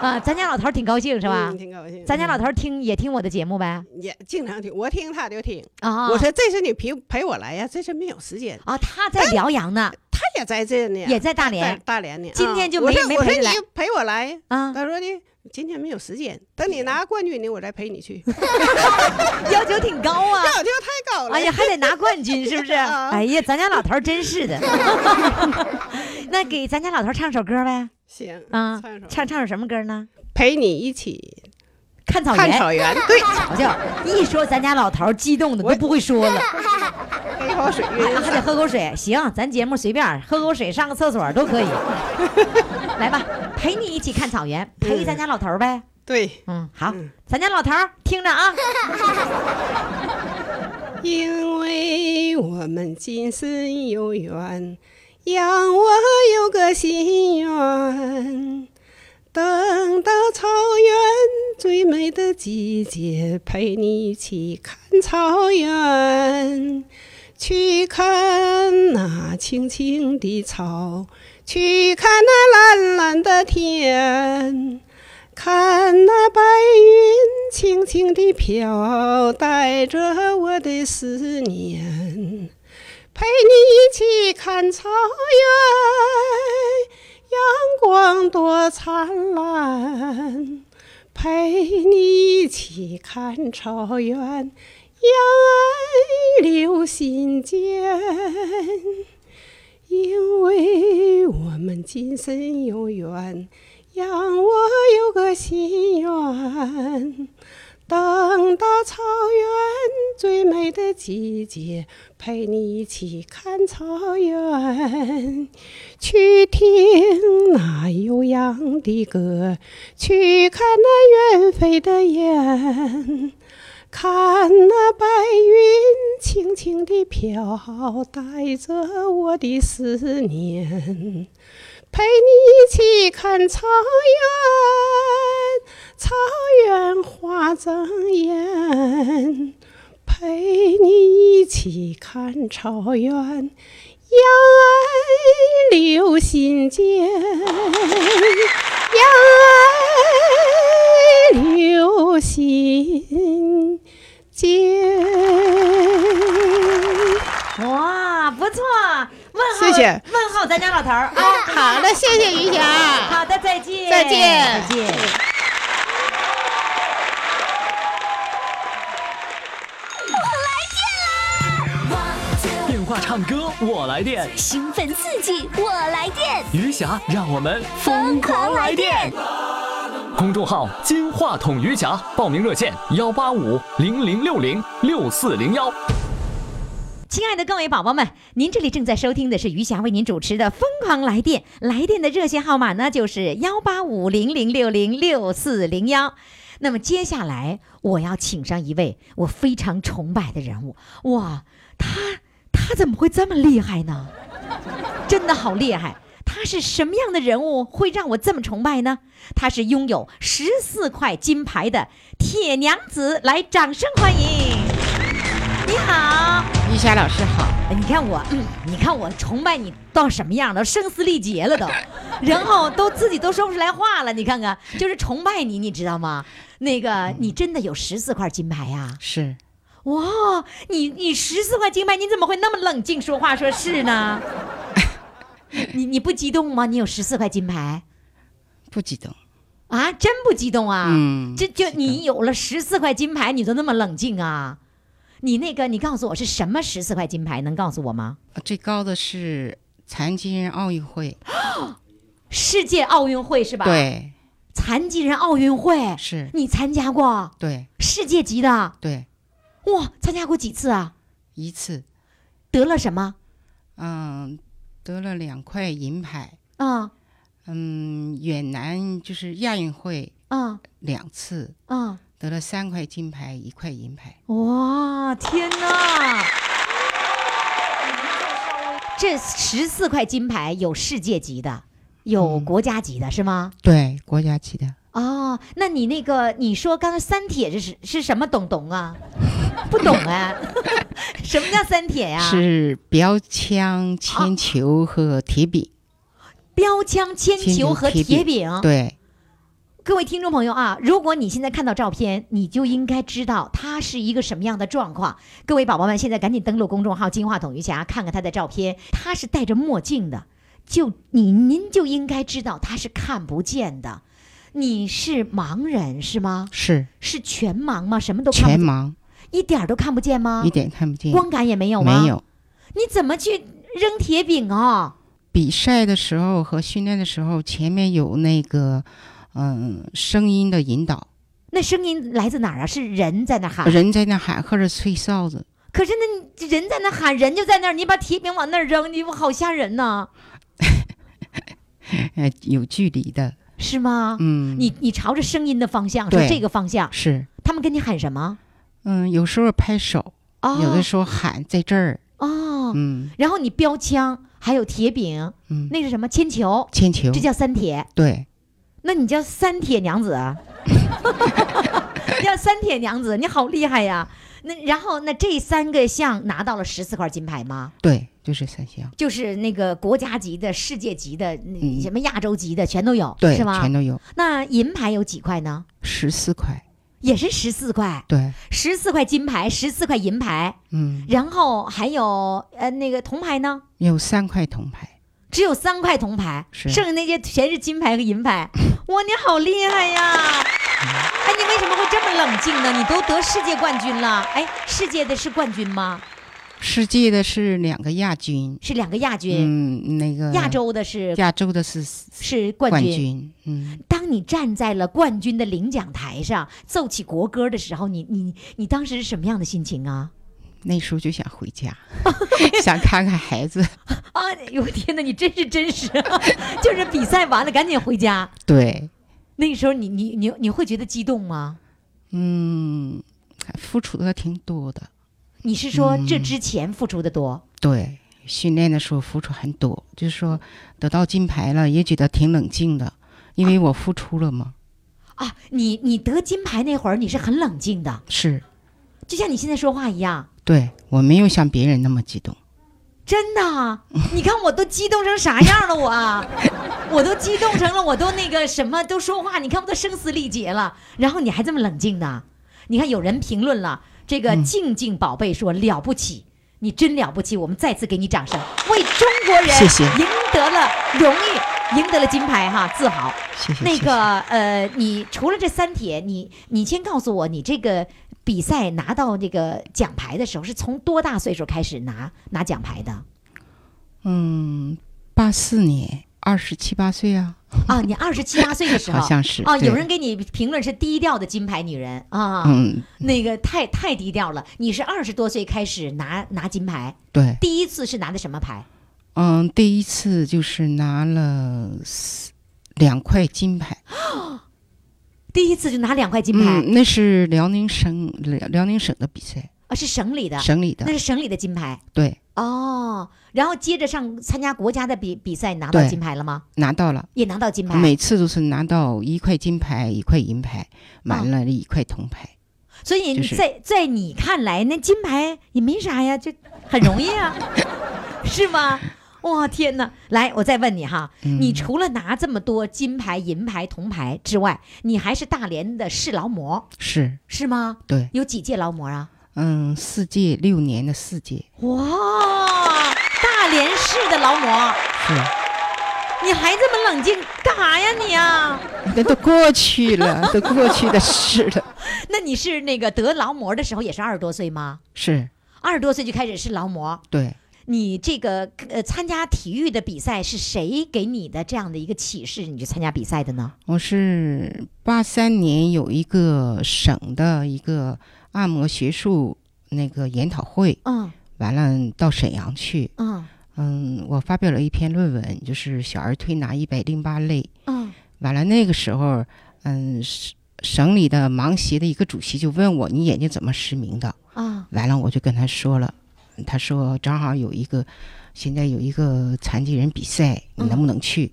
Speaker 2: 啊，咱家老头儿挺高兴是吧
Speaker 7: 嗯？挺高兴。
Speaker 2: 咱家老头儿听也听我的节目呗
Speaker 7: 也经常听，我听他就听。
Speaker 2: 啊。
Speaker 7: 嗯我说这次你陪陪我来呀，这次没有时间，
Speaker 2: 啊，他在辽阳呢，
Speaker 7: 他也在这呢，
Speaker 2: 也在大
Speaker 7: 在
Speaker 2: 连
Speaker 7: 大连呢。
Speaker 2: 今天就没
Speaker 7: 啊我说
Speaker 2: 没
Speaker 7: 我
Speaker 2: 陪着
Speaker 7: 说
Speaker 2: 来
Speaker 7: 你陪我来，
Speaker 2: 啊，
Speaker 7: 他说呢，今天没有时间，等你拿冠军呢，我再陪你
Speaker 2: *laughs*
Speaker 7: 去。哎
Speaker 2: 要求挺高
Speaker 7: *laughs*
Speaker 2: 啊。
Speaker 7: 要求太高了。
Speaker 2: 哎呀，还得拿冠军，是不是？
Speaker 7: *laughs* 啊
Speaker 2: 哎呀，咱家老头儿真是的。 *laughs* 那给咱家老头儿唱首歌呗，
Speaker 7: 行
Speaker 2: 啊，
Speaker 7: 唱一首
Speaker 2: 唱唱首什么歌呢？
Speaker 7: 陪你一起
Speaker 2: 看草
Speaker 7: 看
Speaker 2: 原。
Speaker 7: 草原，
Speaker 2: *laughs*
Speaker 7: 对，
Speaker 2: 瞧瞧，一说咱家老头儿，激动的都不会说了，
Speaker 7: 杯好水
Speaker 2: 哎呀
Speaker 7: 晕。
Speaker 2: 还得喝口水。行，咱节目随便儿喝口水，上个厕所都
Speaker 7: *laughs*
Speaker 2: 可以。来吧，陪你一起看草原，陪咱家老头儿呗。
Speaker 7: 对，
Speaker 2: 嗯，好
Speaker 7: 嗯，
Speaker 2: 咱家老头儿听着
Speaker 7: *laughs*
Speaker 2: 啊。
Speaker 7: 因为我们今生有缘，让我有个心愿，等到草原最美的季节，陪你一起看草原。去看那青青的草，去看那蓝蓝的天，看那白云轻轻地飘，带着我的思念，陪你一起看草原，阳光多灿烂。陪你一起看草原，让爱留心间。因为我们今生有缘，让我有个心愿，等到草原最美的季节，陪你一起看草原，去听那悠扬的歌，去看那远飞的雁。看那白云轻轻地飘，带着我的思念，陪你一起看草原，草原花争艳，陪你一起看草原，让爱留心间，让爱留心间。
Speaker 2: 哇，不错，问号，
Speaker 7: 谢谢哎
Speaker 2: 问号，咱家老头儿啊，
Speaker 7: 好的，谢谢于霞。
Speaker 2: 好的，再见，
Speaker 7: 再见
Speaker 2: 再见。
Speaker 5: 电话唱歌我来电，
Speaker 6: 兴奋刺激，我来电！
Speaker 5: 余霞让我们
Speaker 6: 疯狂来电！
Speaker 5: 公众号“金话筒余霞”，报名热线：幺八五零零六零六四零幺。
Speaker 2: 亲爱的各位宝宝们，您这里正在收听的是余霞为您主持的《疯狂来电》，来电的热线号码呢就是幺八五零零六零六四零幺。那么接下来我要请上一位我非常崇拜的人物，哇，他他怎么会这么厉害呢？真的好厉害！他是什么样的人物会让我这么崇拜呢？他是拥有十四块金牌的铁娘子，来，掌声欢迎！你好，
Speaker 9: 玉霞老师好，
Speaker 2: 你看
Speaker 9: *clears throat*
Speaker 2: 我，嗯你看我崇拜你到什么样了？声嘶力竭了都，然后都自己都说不出来话了。你看看，就是崇拜你，你知道吗？那个，你真的有十四块金牌呀、
Speaker 9: 嗯是
Speaker 2: 哇，你你十四块金牌，你怎么会那么冷静说话说是呢？ *laughs* 你你不激动吗？你有十四块金牌
Speaker 9: 不激动，
Speaker 2: 啊？真不激动啊？
Speaker 9: 嗯
Speaker 2: 这就你有了十四块金牌，你都那么冷静啊？你那个，你告诉我是什么十四块金牌？能告诉我吗？
Speaker 9: 啊最高的是残疾人奥运会，
Speaker 2: 世界奥运会是吧？，
Speaker 9: 对，
Speaker 2: 残疾人奥运会，
Speaker 9: 是，
Speaker 2: 你参加过
Speaker 9: 对
Speaker 2: 世界级的？
Speaker 9: 对，
Speaker 2: 哇，参加过几次啊？
Speaker 9: 一次，
Speaker 2: 得了什么？
Speaker 9: 嗯， *laughs* 得了两块银牌，
Speaker 2: 啊
Speaker 9: 嗯，远南就是亚运会
Speaker 2: 啊
Speaker 9: 两次
Speaker 2: 啊！
Speaker 9: 得了三块金牌，一块银牌，
Speaker 2: 哇，天哪！这十四块金牌有世界级的，
Speaker 9: 嗯
Speaker 2: 有国家级的，是吗？
Speaker 9: 对，国家级的，
Speaker 2: 哦，那你那个你说刚才三铁是是是什么懂懂啊？不懂
Speaker 9: *laughs*
Speaker 2: 啊？什么叫三铁呀、啊
Speaker 9: 是标枪、铅球和铁饼，
Speaker 2: 标枪、铅
Speaker 9: 铅
Speaker 2: 球
Speaker 9: 球
Speaker 2: 和
Speaker 9: 铁
Speaker 2: 铁
Speaker 9: 饼
Speaker 2: 饼。
Speaker 9: 对，
Speaker 2: 各位听众朋友啊，如果你现在看到照片，你就应该知道它是一个什么样的状况。各位宝宝们，现在赶紧登录公众号“金话筒余霞”，看看她的照片。她是戴着墨镜的，就你您就应该知道她是看不见的。你是盲人是吗？
Speaker 9: 是
Speaker 2: 是全盲吗？什么都看
Speaker 9: 全
Speaker 2: 不见，
Speaker 9: 盲，
Speaker 2: 一点儿都看不见吗？
Speaker 9: 一点看不见，
Speaker 2: 光感也没有吗？
Speaker 9: 没。有。
Speaker 2: 你怎么去扔铁饼啊？
Speaker 9: 比赛的时候和训练的时候，前面有那个，嗯，声音的引导，
Speaker 2: 那声音来自哪儿啊？是人在那喊，
Speaker 9: 人在那喊或者吹哨子，
Speaker 2: 可是那人在那喊，人就在那儿，你把铁饼往那儿扔，你不好吓人呐，
Speaker 9: 呃，有距离的，
Speaker 2: 是吗？
Speaker 9: 嗯，
Speaker 2: 你你朝着声音的方向，说
Speaker 9: 对
Speaker 2: 这个方向，
Speaker 9: 是，
Speaker 2: 他们跟你喊什么？
Speaker 9: 嗯，有时候拍手，
Speaker 2: 哦，
Speaker 9: 有的时候喊在这儿，
Speaker 2: 哦，
Speaker 9: 嗯
Speaker 2: 然后你标枪，还有铁饼，
Speaker 9: 嗯，
Speaker 2: 那是什么？铅球，
Speaker 9: 铅球
Speaker 2: 这，叫三铁。
Speaker 9: 对，
Speaker 2: 那你叫三铁娘子
Speaker 9: *laughs*
Speaker 2: 啊？叫三铁娘子，你好厉害呀！那然后那这三个项拿到了十四块金牌吗？
Speaker 9: 对，就是三项，
Speaker 2: 就是那个国家级的、世界级的、那
Speaker 9: 嗯
Speaker 2: 什么亚洲级的，全都有，
Speaker 9: 对，
Speaker 2: 是吗
Speaker 9: 全？都有
Speaker 2: 那银牌有几块呢？
Speaker 9: 十四块，
Speaker 2: 也是十四块，
Speaker 9: 对，
Speaker 2: 十四块金牌，十四块银牌，
Speaker 9: 嗯，
Speaker 2: 然后还有呃那个铜牌呢，
Speaker 9: 有三块铜牌，
Speaker 2: 只有三块铜牌，
Speaker 9: 是
Speaker 2: 剩下那些全是金牌和银牌。哇，你好厉害呀！哎，你为什么会这么冷静呢？你都得世界冠军了，哎，世界的是冠军吗？
Speaker 9: 世界的是两个亚军，
Speaker 2: 是两个亚军，
Speaker 9: 嗯，那个
Speaker 2: 亚洲的是
Speaker 9: 亚洲的是
Speaker 2: 是冠
Speaker 9: 冠
Speaker 2: 军。
Speaker 9: 军，嗯，
Speaker 2: 当你站在了冠军的领奖台上，奏起国歌的时候，你你你当时是什么样的心情啊？
Speaker 9: 那时候就想
Speaker 2: *laughs*
Speaker 9: 回家，想看看孩子，
Speaker 2: 啊， *laughs* 我天哪，你真是真实，啊就是比赛完了赶紧回家。
Speaker 9: 对，
Speaker 2: 那个时候你你你你会觉得激动吗？
Speaker 9: 嗯，还付出的挺多的，
Speaker 2: 你是说这之前付出的多？
Speaker 9: 对，训练的时候付出很多，就是说得到金牌了，也觉得挺冷静的，因为我付出了嘛。
Speaker 2: 啊，你你得金牌那会儿你是很冷静的，
Speaker 9: 是，
Speaker 2: 就像你现在说话一样，
Speaker 9: 对我没有像别人那么激动。
Speaker 2: 真的啊。你看我都激动成啥样了，我啊， *laughs* 我都激动成了，我都那个什么都说话，你看我都声嘶力竭了，然后你还这么冷静呢？你看有人评论了，这个
Speaker 9: 嗯
Speaker 2: 静静宝贝说、了不起。你真了不起，我们再次给你掌声，为中国人
Speaker 9: 谢谢
Speaker 2: 赢得了荣誉，赢得了金牌哈，自豪。
Speaker 9: 谢谢。
Speaker 2: 那
Speaker 9: 谢谢
Speaker 2: 个呃，你除了这三铁，你你先告诉我，你这个比赛拿到这个奖牌的时候，是从多大岁数开始拿拿奖牌的？
Speaker 9: 嗯，八四年二十七八岁啊，
Speaker 2: 啊，你二十七八岁的时候，
Speaker 9: 好像是
Speaker 2: 啊，有
Speaker 9: 对
Speaker 2: 人给你评论是低调的金牌女人啊，
Speaker 9: 嗯，
Speaker 2: 那个太太低调了。你是二十多岁开始拿拿金牌，
Speaker 9: 对，
Speaker 2: 第一次是拿的什么牌？
Speaker 9: 嗯，第一次就是拿了四两块金牌，
Speaker 2: 第一次就拿两块金牌、
Speaker 9: 嗯，那是辽宁省辽辽宁省的比赛，
Speaker 2: 啊，是省里的，
Speaker 9: 省里
Speaker 2: 那
Speaker 9: 的，
Speaker 2: 是省里的金牌
Speaker 9: 对，
Speaker 2: 哦。然后接着上参加国家的比比赛，拿到
Speaker 9: 对
Speaker 2: 金牌了吗？
Speaker 9: 拿到了。
Speaker 2: 也拿到金牌，
Speaker 9: 每次都是拿到一块金牌、一块银牌，
Speaker 2: 哦
Speaker 9: 完了一块铜牌。
Speaker 2: 所以你
Speaker 9: 就是
Speaker 2: 在在你看来，那金牌也没啥呀，就很容易
Speaker 9: *laughs*
Speaker 2: 啊，是吗？哇天哪！来，我再问你哈，
Speaker 9: 嗯
Speaker 2: 你除了拿这么多金牌、银牌、铜牌之外，你还是大连的市劳模
Speaker 9: 是
Speaker 2: 是吗？
Speaker 9: 对，
Speaker 2: 有几届劳模啊？
Speaker 9: 嗯，四届六年的四届
Speaker 2: 哇，大连市的劳模，
Speaker 9: 是，
Speaker 2: 你还这么冷静干啥呀你啊？
Speaker 9: 那都过去了， *laughs* 都过去的事了。
Speaker 2: 那你是那个得劳模的时候也是二十多岁吗？
Speaker 9: 是，
Speaker 2: 二十多岁就开始是劳模，
Speaker 9: 对，
Speaker 2: 你这个呃参加体育的比赛是谁给你的这样的一个启示，你去参加比赛的呢？
Speaker 9: 我是八三年有一个省的一个按摩学术那个研讨会，
Speaker 2: 嗯
Speaker 9: 完了到沈阳去，
Speaker 2: 嗯
Speaker 9: 嗯，我发表了一篇论文，就是小儿推拿一百零八类。
Speaker 2: 嗯
Speaker 9: 完了那个时候，嗯，省省里的盲协的一个主席就问我，你眼睛怎么失明的？
Speaker 2: 啊
Speaker 9: 完了我就跟他说了，他说正好有一个，现在有一个残疾人比赛，
Speaker 2: 嗯
Speaker 9: 你能不能去？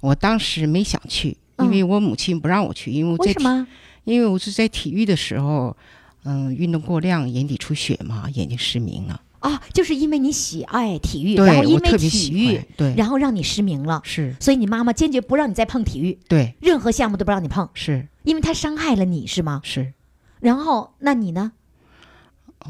Speaker 9: 我当时没想去，因为我母亲不让我去，因为我
Speaker 2: 为
Speaker 9: 在
Speaker 2: 什
Speaker 9: 体
Speaker 2: 么？
Speaker 9: 因为我是在体育的时候，嗯，运动过量，眼底出血嘛，眼睛失明了。
Speaker 2: 啊，就是因为你喜爱体育，然后
Speaker 9: 对，
Speaker 2: 因
Speaker 9: 我
Speaker 2: 为
Speaker 9: 特
Speaker 2: 体
Speaker 9: 别喜
Speaker 2: 育
Speaker 9: 欢，。对，
Speaker 2: 然后让你失明了，
Speaker 9: 是，
Speaker 2: 所以你妈妈坚决不让你再碰体育，
Speaker 9: 对，
Speaker 2: 任何项目都不让你碰，
Speaker 9: 是
Speaker 2: 因为她伤害了你是吗？
Speaker 9: 是，
Speaker 2: 然后那你呢？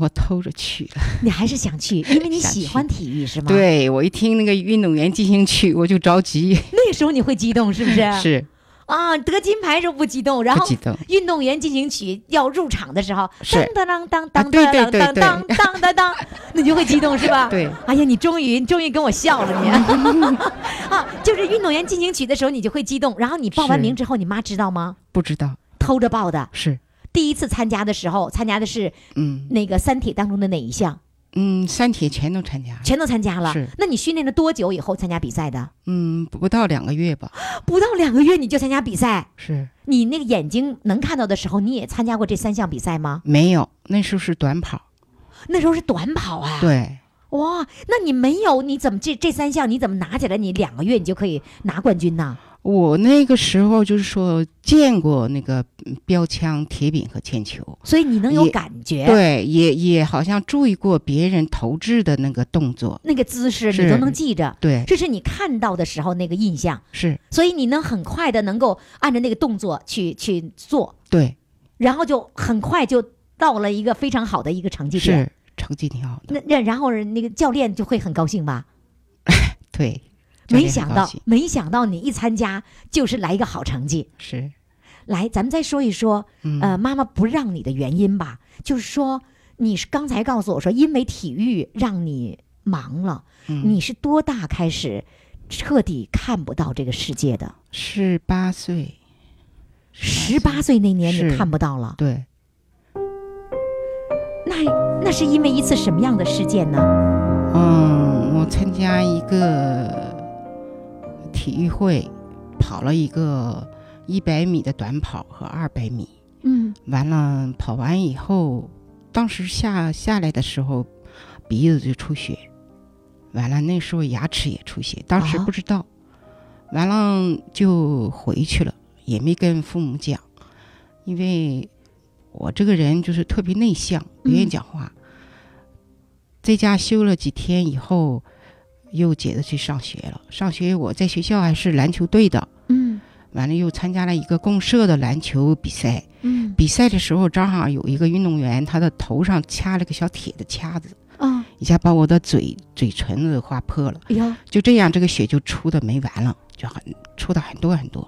Speaker 9: 我偷着去了。
Speaker 2: 你还是想去，因为你
Speaker 9: 想
Speaker 2: 喜
Speaker 9: 去
Speaker 2: 欢体育是吗？，
Speaker 9: 对我一听那个运动员进行曲，我就着急，
Speaker 2: 那时候你会激动是不是？
Speaker 9: 是
Speaker 2: 啊，得金牌时候不激动，然
Speaker 9: 不
Speaker 2: 后
Speaker 9: 激动。
Speaker 2: 运动员进行曲要入场的时候，
Speaker 9: 是
Speaker 2: 当当当
Speaker 9: 啊
Speaker 2: 当当
Speaker 9: 对对
Speaker 2: 当当
Speaker 9: 对
Speaker 2: 当当当当，那你就会激动是吧？
Speaker 9: 对。
Speaker 2: 哎呀，你终于你终于跟我笑了你， *laughs* 啊，就是运动员进行曲的时候你就会激动，然后你报完
Speaker 9: 是
Speaker 2: 名之后，你妈知道吗？
Speaker 9: 不知道
Speaker 2: 偷着报的。
Speaker 9: 是，
Speaker 2: 第一次参加的时候，参加的是
Speaker 9: 嗯
Speaker 2: 那个三铁当中的哪一项？
Speaker 9: 嗯，三铁全都参加了，
Speaker 2: 全都参加了
Speaker 9: 是。
Speaker 2: 那你训练了多久以后参加比赛的？
Speaker 9: 嗯，不不到两个月吧，
Speaker 2: 不到两个月你就参加比赛，
Speaker 9: 是
Speaker 2: 你那个眼睛能看到的时候，你也参加过这三项比赛吗？
Speaker 9: 没有，那时候是短跑，
Speaker 2: 那时候是短跑啊。
Speaker 9: 对，
Speaker 2: 哇，那你没有，你怎么这这三项你怎么拿起来？你两个月你就可以拿冠军呐？
Speaker 9: 我那个时候就是说见过那个嗯标枪、铁饼和铅球。
Speaker 2: 所以你能有
Speaker 9: 也
Speaker 2: 感觉，
Speaker 9: 对，也也好像注意过别人投掷的那个动作，
Speaker 2: 那个姿势你
Speaker 9: 是
Speaker 2: 都能记着，
Speaker 9: 对，
Speaker 2: 这是你看到的时候那个印象，
Speaker 9: 是，
Speaker 2: 所以你能很快的能够按照那个动作去去做，
Speaker 9: 对，
Speaker 2: 然后就很快就到了一个非常好的一个成绩点。
Speaker 9: 是成绩挺好的，
Speaker 2: 那那然后人那个教练就会很高兴吧？
Speaker 9: 对，教
Speaker 2: 没
Speaker 9: 练很
Speaker 2: 想
Speaker 9: 高
Speaker 2: 到
Speaker 9: 兴，
Speaker 2: 没想到你一参加就是来一个好成绩。
Speaker 9: 是，
Speaker 2: 来，咱们再说一说，
Speaker 9: 嗯，
Speaker 2: 呃，妈妈不让你的原因吧，就是说你是刚才告诉我说，因为体育让你忙了，
Speaker 9: 嗯
Speaker 2: 你是多大开始彻底看不到这个世界的？
Speaker 9: 是八岁，
Speaker 2: 十八岁那年你
Speaker 9: 是
Speaker 2: 看不到了，
Speaker 9: 对，
Speaker 2: 那那是因为一次什么样的事件呢？
Speaker 9: 嗯，我参加一个体育会，跑了一个一百米的短跑和二百米。
Speaker 2: 嗯，
Speaker 9: 完了，跑完以后，当时下下来的时候，鼻子就出血，完了那时候牙齿也出血，当时
Speaker 2: 啊
Speaker 9: 不知道，完了就回去了，也没跟父母讲，因为我这个人就是特别内向，不愿意
Speaker 2: 嗯
Speaker 9: 讲话，在家休了几天以后，又接着去上学了。上学我在学校还是篮球队的，
Speaker 2: 嗯
Speaker 9: 完了又参加了一个公社的篮球比赛。
Speaker 2: 嗯
Speaker 9: 比赛的时候，正好有一个运动员，他的头上掐了个小铁的卡子，
Speaker 2: 啊
Speaker 9: 一下把我的嘴嘴唇子划破了。
Speaker 2: 哎呀
Speaker 9: 就这样，这个血就出的没完了，就很出的很多很多。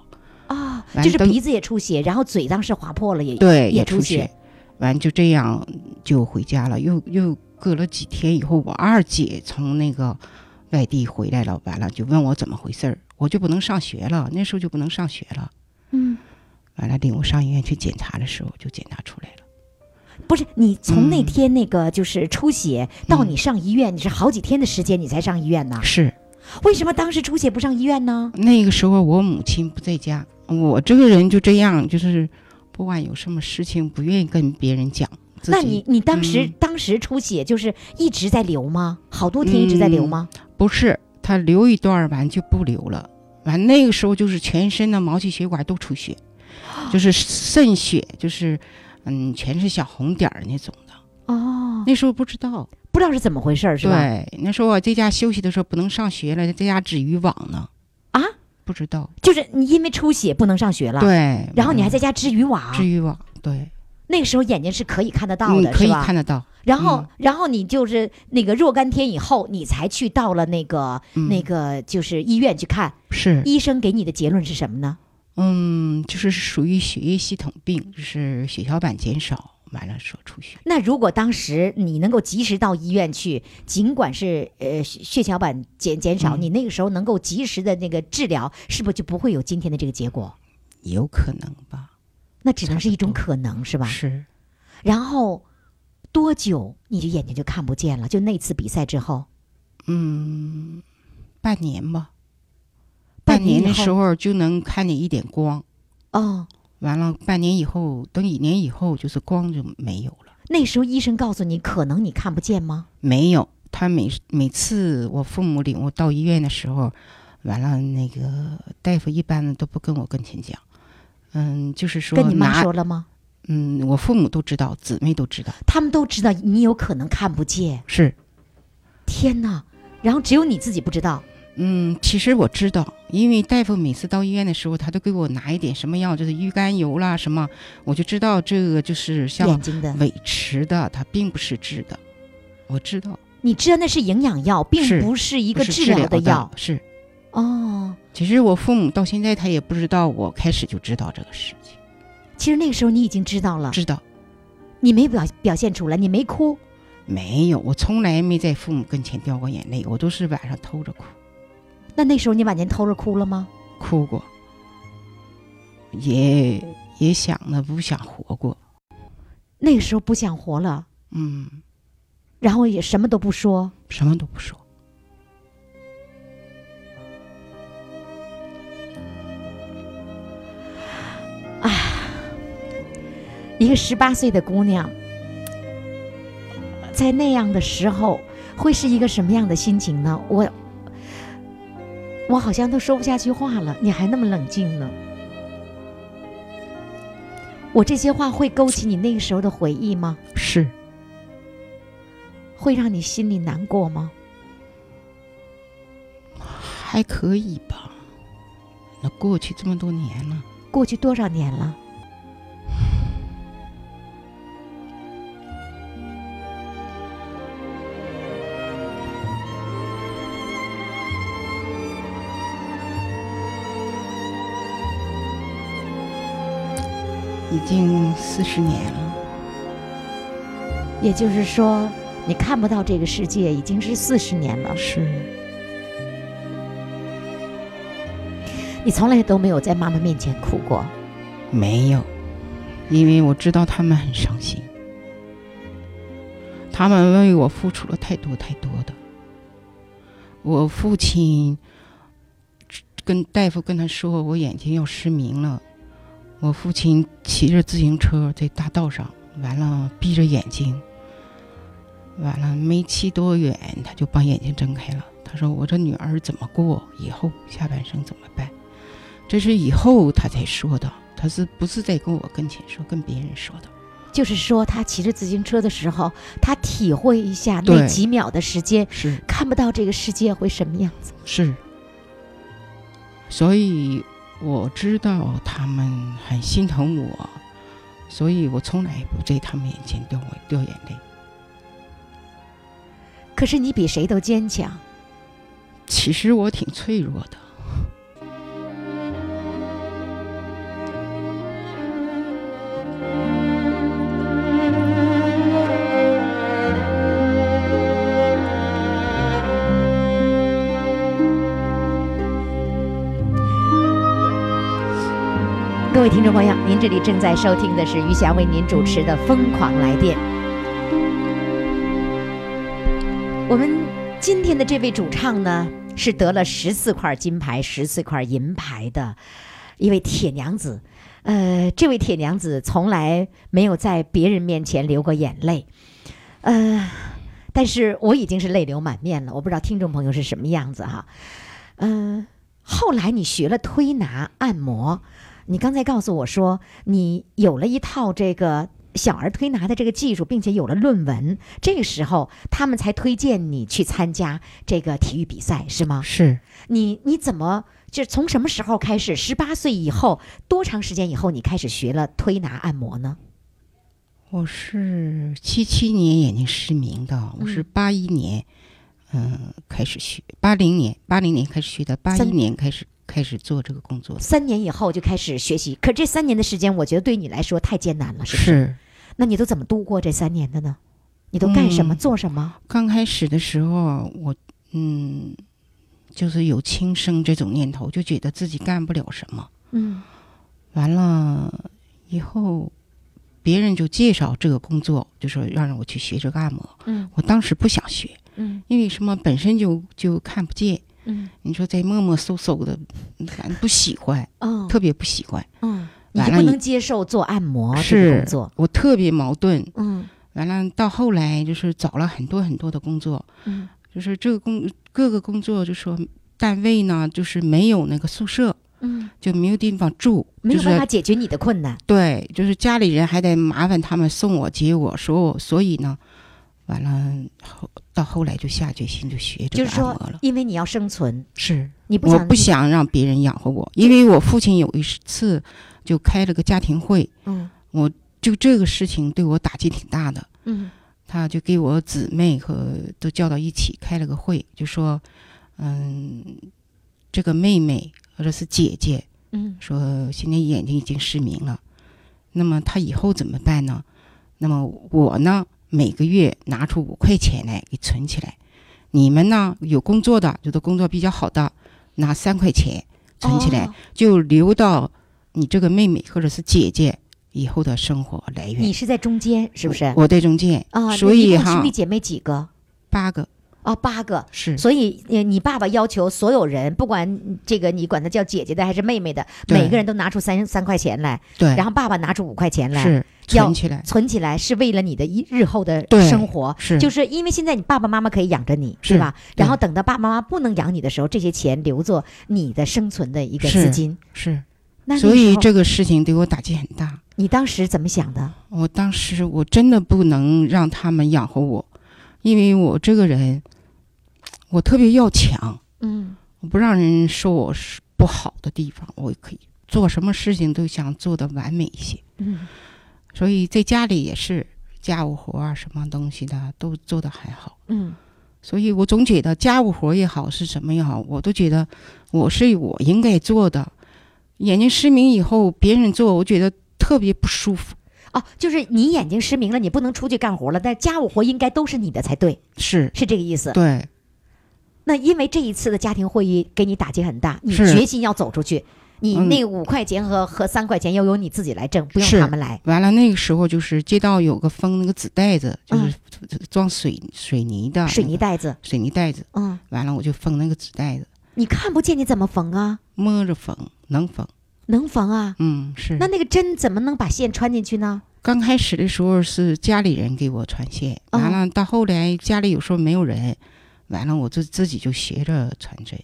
Speaker 2: 啊，
Speaker 9: 完
Speaker 2: 就是
Speaker 9: 都
Speaker 2: 鼻子也出血，然后嘴当时划破了也
Speaker 9: 对，
Speaker 2: 也
Speaker 9: 也
Speaker 2: 出
Speaker 9: 出
Speaker 2: 血
Speaker 9: 血。完就这样就回家了，又又隔了几天以后，我二姐从那个外地回来了，完了就问我怎么回事儿，我就不能上学了，那时候就不能上学了。
Speaker 6: 嗯，
Speaker 9: 完了，领我上医院去检查的时候，就检查出来了。
Speaker 2: 不是你从那
Speaker 9: 嗯
Speaker 2: 天那个就是出血到
Speaker 9: 嗯
Speaker 2: 你上医院，你是好几天的时间你才上医院呢？
Speaker 9: 是
Speaker 2: 为什么当时出血不上医院呢？
Speaker 9: 那个时候我母亲不在家，我这个人就这样，就是不管有什么事情不愿意跟别人讲。自己
Speaker 2: 那你你当时、
Speaker 9: 嗯
Speaker 2: 当时出血就是一直在流吗？好多天一直在流吗？
Speaker 9: 不是他流一段儿完就不流了，完那个时候就是全身的毛细血管都出血，
Speaker 2: 哦
Speaker 9: 就是渗血，就是嗯全是小红点儿那种的。
Speaker 2: 哦，
Speaker 9: 那时候不知道，
Speaker 2: 不知道是怎么回事儿是吧？
Speaker 9: 嗯对，那时候我在家休息的时候不能上学了，在家织渔网呢。
Speaker 2: 啊，
Speaker 9: 不知道。
Speaker 2: 就是你因为出血不能上学了，，
Speaker 9: 对，
Speaker 2: 然后你还
Speaker 9: 在
Speaker 2: 在家织渔网，
Speaker 9: 嗯织渔网，对，
Speaker 2: 那个时候眼睛是可以看得到
Speaker 9: 你
Speaker 2: 的，
Speaker 9: 可
Speaker 2: 是
Speaker 9: 以
Speaker 2: 吧
Speaker 9: 看？得到。
Speaker 2: 然后、
Speaker 9: 嗯
Speaker 2: 然后你就是那个若干天以后，你才去到了那个、
Speaker 9: 嗯
Speaker 2: 那个就是医院去看，
Speaker 9: 是，
Speaker 2: 医生给你的结论是什么呢？
Speaker 9: 嗯，就是属于血液系统病，就是血小板减少，完了说出血。
Speaker 2: 那如果当时你能够及时到医院去，尽管是呃血血小板减减少，
Speaker 9: 嗯
Speaker 2: 你那个时候能够及时的那个治疗，是不是就不会有今天的这个结果？
Speaker 9: 有可能吧？
Speaker 2: 那只能是一种
Speaker 9: 差不
Speaker 2: 可能，是吧？
Speaker 9: 是，
Speaker 2: 然后多久你就眼睛就看不见了？就那次比赛之后，
Speaker 9: 嗯，半年吧。
Speaker 2: 半
Speaker 9: 半年
Speaker 2: 年以
Speaker 9: 的时
Speaker 2: 后
Speaker 9: 候就能看见一点光，
Speaker 2: 哦，
Speaker 9: 完了半年以后，等一年以后就是光就没有了。
Speaker 2: 那时候医生告诉你可能你看不见吗？
Speaker 9: 没有，他每每次我父母领我到医院的时候，完了那个大夫一般的都不跟我跟前讲，嗯，就是说
Speaker 2: 跟你妈
Speaker 9: 拿
Speaker 2: 说了吗？
Speaker 9: 嗯，我父母都知道，姊妹都知道，
Speaker 2: 他们都知道你有可能看不见，
Speaker 9: 是，
Speaker 2: 天哪！然后只有你自己不知道，
Speaker 9: 嗯，其实我知道，因为大夫每次到医院的时候，他都给我拿一点什么药，就是鱼肝油啦什么，我就知道这个就是
Speaker 2: 眼
Speaker 9: 像
Speaker 2: 睛的，
Speaker 9: 伪吃的，它并不是治的，我知道
Speaker 2: 你知道那是营养药，并
Speaker 9: 是
Speaker 2: 不是一
Speaker 9: 一
Speaker 2: 个
Speaker 9: 治
Speaker 2: 疗
Speaker 9: 的
Speaker 2: 药
Speaker 9: 是。
Speaker 2: 哦。
Speaker 9: 其实我父母到现在他也不知道，我开始就知道这个事情，
Speaker 2: 其实那个时候你已经知道了，
Speaker 9: 知道
Speaker 2: 你没表表现出来，你没哭，
Speaker 9: 没有？我从来没在父母跟前掉过眼泪，我都是晚上偷着哭，
Speaker 2: 那那时候你晚年偷着哭了吗？
Speaker 9: 哭过，也也想着不想活过，
Speaker 2: 那个时候不想活了，
Speaker 9: 嗯。
Speaker 2: 然后也什么都不说，
Speaker 9: 什么都不说。
Speaker 2: 一个十八岁的姑娘，在那样的时候会是一个什么样的心情呢？我，我好像都说不下去话了，你还那么冷静呢。我这些话会勾起你那个时候的回忆吗？
Speaker 9: 是，
Speaker 2: 会让你心里难过吗？
Speaker 9: 还可以吧。那过去这么多年了，
Speaker 2: 过去多少年了？
Speaker 9: 已经四十年了。
Speaker 2: 也就是说，你看不到这个世界已经是四十年了，
Speaker 9: 是，
Speaker 2: 你从来都没有在妈妈面前哭过。
Speaker 9: 没有，因为我知道他们很伤心，他们为我付出了太多太多的。我父亲跟大夫跟他说我眼睛要失明了，我父亲骑着自行车在大道上，完了闭着眼睛，完了没骑多远他就把眼睛睁开了。他说：“我这女儿怎么过以后下半生怎么办？”这是以后他才说的，他是不是在跟我跟前说，跟别人说的？
Speaker 2: 就是说，他骑着自行车的时候，他体会一下那
Speaker 9: 对
Speaker 2: 几秒的时间，
Speaker 9: 是
Speaker 2: 看不到这个世界会什么样子。
Speaker 9: 是，所以我知道他们很心疼我，所以我从来不在他们眼前掉我掉眼泪。
Speaker 2: 可是你比谁都坚强。
Speaker 9: 其实我挺脆弱的，
Speaker 2: 各位听众朋友，您这里正在收听的是余霞为您主持的《疯狂来电》。我们今天的这位主唱呢，是得了十四块金牌、十四块银牌的一位铁娘子。呃，这位铁娘子从来没有在别人面前流过眼泪，呃，但是我已经是泪流满面了。我不知道听众朋友是什么样子哈。嗯、后来你学了推拿按摩，你刚才告诉我说你有了一套这个小儿推拿的这个技术，并且有了论文，这个时候他们才推荐你去参加这个体育比赛，是吗？
Speaker 9: 是
Speaker 2: 你你怎么就是从什么时候开始？十八岁以后多长时间以后你开始学了推拿按摩呢？
Speaker 9: 我是七七年眼睛失明的，我是八一年，嗯、开始学，八零年八零年开始学的，八一
Speaker 2: 三
Speaker 9: 年开始开始做这个工作的。
Speaker 2: 三年以后就开始学习，可这三年的时间，我觉得对你来说太艰难了，是不是？
Speaker 9: 是
Speaker 2: 那你都怎么度过这三年的呢？你都干什么？
Speaker 9: 嗯
Speaker 2: 做什么？
Speaker 9: 刚开始的时候，啊我嗯，就是有轻生这种念头，就觉得自己干不了什么。
Speaker 2: 嗯
Speaker 9: 完了以后，别人就介绍这个工作，就说让让我去学这个按摩。
Speaker 2: 嗯
Speaker 9: 我当时不想学，
Speaker 2: 嗯
Speaker 9: 因为什么本身就就看不见，
Speaker 2: 嗯
Speaker 9: 你说再磨磨嗖嗖的，反正不喜欢，
Speaker 2: 哦
Speaker 9: 特别不喜欢。
Speaker 2: 嗯，你
Speaker 9: 完
Speaker 2: 就
Speaker 9: 了
Speaker 2: 不
Speaker 9: 你
Speaker 2: 能接受做按摩哦这个
Speaker 9: 是
Speaker 2: 工作？
Speaker 9: 我特别矛盾。
Speaker 2: 嗯
Speaker 9: 完了到后来就是找了很多很多的工作，
Speaker 2: 嗯
Speaker 9: 就是这个工各个工作就说单位呢就是没有那个宿舍，
Speaker 2: 嗯，
Speaker 9: 就没有地方住，
Speaker 2: 没有
Speaker 9: 就是
Speaker 2: 办法解决你的困难。
Speaker 9: 对，就是家里人还得麻烦他们送我接我，说我所以呢，完了后到后来就下决心就学这
Speaker 2: 就
Speaker 9: 个
Speaker 2: 是
Speaker 9: 按摩
Speaker 2: 说
Speaker 9: 了，。
Speaker 2: 因为你要生存，
Speaker 9: 是，
Speaker 2: 你不
Speaker 9: 我
Speaker 2: 想
Speaker 9: 不想让别人养活我，因为我父亲有一次就开了个家庭会，
Speaker 2: 嗯
Speaker 9: 就这个事情对我打击挺大的。
Speaker 2: 嗯
Speaker 9: 他就给我姊妹和都叫到一起开了个会，就说，嗯，这个妹妹或者是姐姐，
Speaker 2: 嗯
Speaker 9: 说现在眼睛已经失明了，那么她以后怎么办呢？那么我呢，每个月拿出五块钱来给存起来，你们呢有工作的，觉得工作比较好的，拿三块钱存起来，
Speaker 2: 哦
Speaker 9: 就留到你这个妹妹或者是姐姐以后的生活来源。
Speaker 2: 你是在中间，是不是？
Speaker 9: 我在中间
Speaker 2: 啊，
Speaker 9: 所
Speaker 2: 你一
Speaker 9: 以
Speaker 2: 共兄
Speaker 9: 哈
Speaker 2: 弟，姐妹几个？
Speaker 9: 八个
Speaker 2: 哦，八个。
Speaker 9: 是
Speaker 2: 所以，呃你爸爸要求所有人，不管这个你管他叫姐姐的还是妹妹的，
Speaker 9: 对
Speaker 2: 每个人都拿出三三块钱来，
Speaker 9: 对，
Speaker 2: 然后爸爸拿出五块钱来，
Speaker 9: 是
Speaker 2: 要
Speaker 9: 存起来，
Speaker 2: 存起来是为了你的一日后的
Speaker 9: 对
Speaker 2: 生活。
Speaker 9: 是
Speaker 2: 就是因为现在你爸爸妈妈可以养着你，
Speaker 9: 是
Speaker 2: 是吧？
Speaker 9: 对
Speaker 2: 然后等到爸爸妈妈不能养你的时候，这些钱留作你的生存的一个资金。
Speaker 9: 是，
Speaker 2: 那那
Speaker 9: 所以
Speaker 2: 时候
Speaker 9: 这个事情对我打击很大。
Speaker 2: 你当时怎么想的？
Speaker 9: 我当时我真的不能让他们养活我，因为我这个人，我特别要强，
Speaker 2: 嗯
Speaker 9: 我不让人说我是不好的地方，我可以做什么事情都想做的完美一些。
Speaker 2: 嗯
Speaker 9: 所以在家里也是家务活啊，什么东西的都做得很好。
Speaker 2: 嗯
Speaker 9: 所以我总觉得家务活也好是什么也好，我都觉得我是我应该做的。眼睛失明以后，别人做，我觉得特别不舒服。
Speaker 2: 哦，就是你眼睛失明了，你不能出去干活了，但家务活应该都是你的才对，
Speaker 9: 是，
Speaker 2: 是这个意思。
Speaker 9: 对，
Speaker 2: 那因为这一次的家庭会议给你打击很大，你
Speaker 9: 是
Speaker 2: 决心要走出去，你
Speaker 9: 嗯
Speaker 2: 那五块钱和、和三块钱要由你自己来挣，不用
Speaker 9: 是
Speaker 2: 他们来。
Speaker 9: 完了，那个时候就是街道有个封那个纸袋子，就是装水、水泥的
Speaker 2: 嗯水泥
Speaker 9: 那个
Speaker 2: 袋子，
Speaker 9: 水泥袋子。
Speaker 2: 嗯，
Speaker 9: 完了，我就封那个纸袋子，
Speaker 2: 你看不见你怎么缝啊？
Speaker 9: 摸着缝，能缝。
Speaker 2: 能缝啊？
Speaker 9: 嗯，是。
Speaker 2: 那那个针怎么能把线穿进去呢？
Speaker 9: 刚开始的时候是家里人给我穿线，
Speaker 2: 哦
Speaker 9: 完了到后来家里有时候没有人，完了我就自己就学着穿针。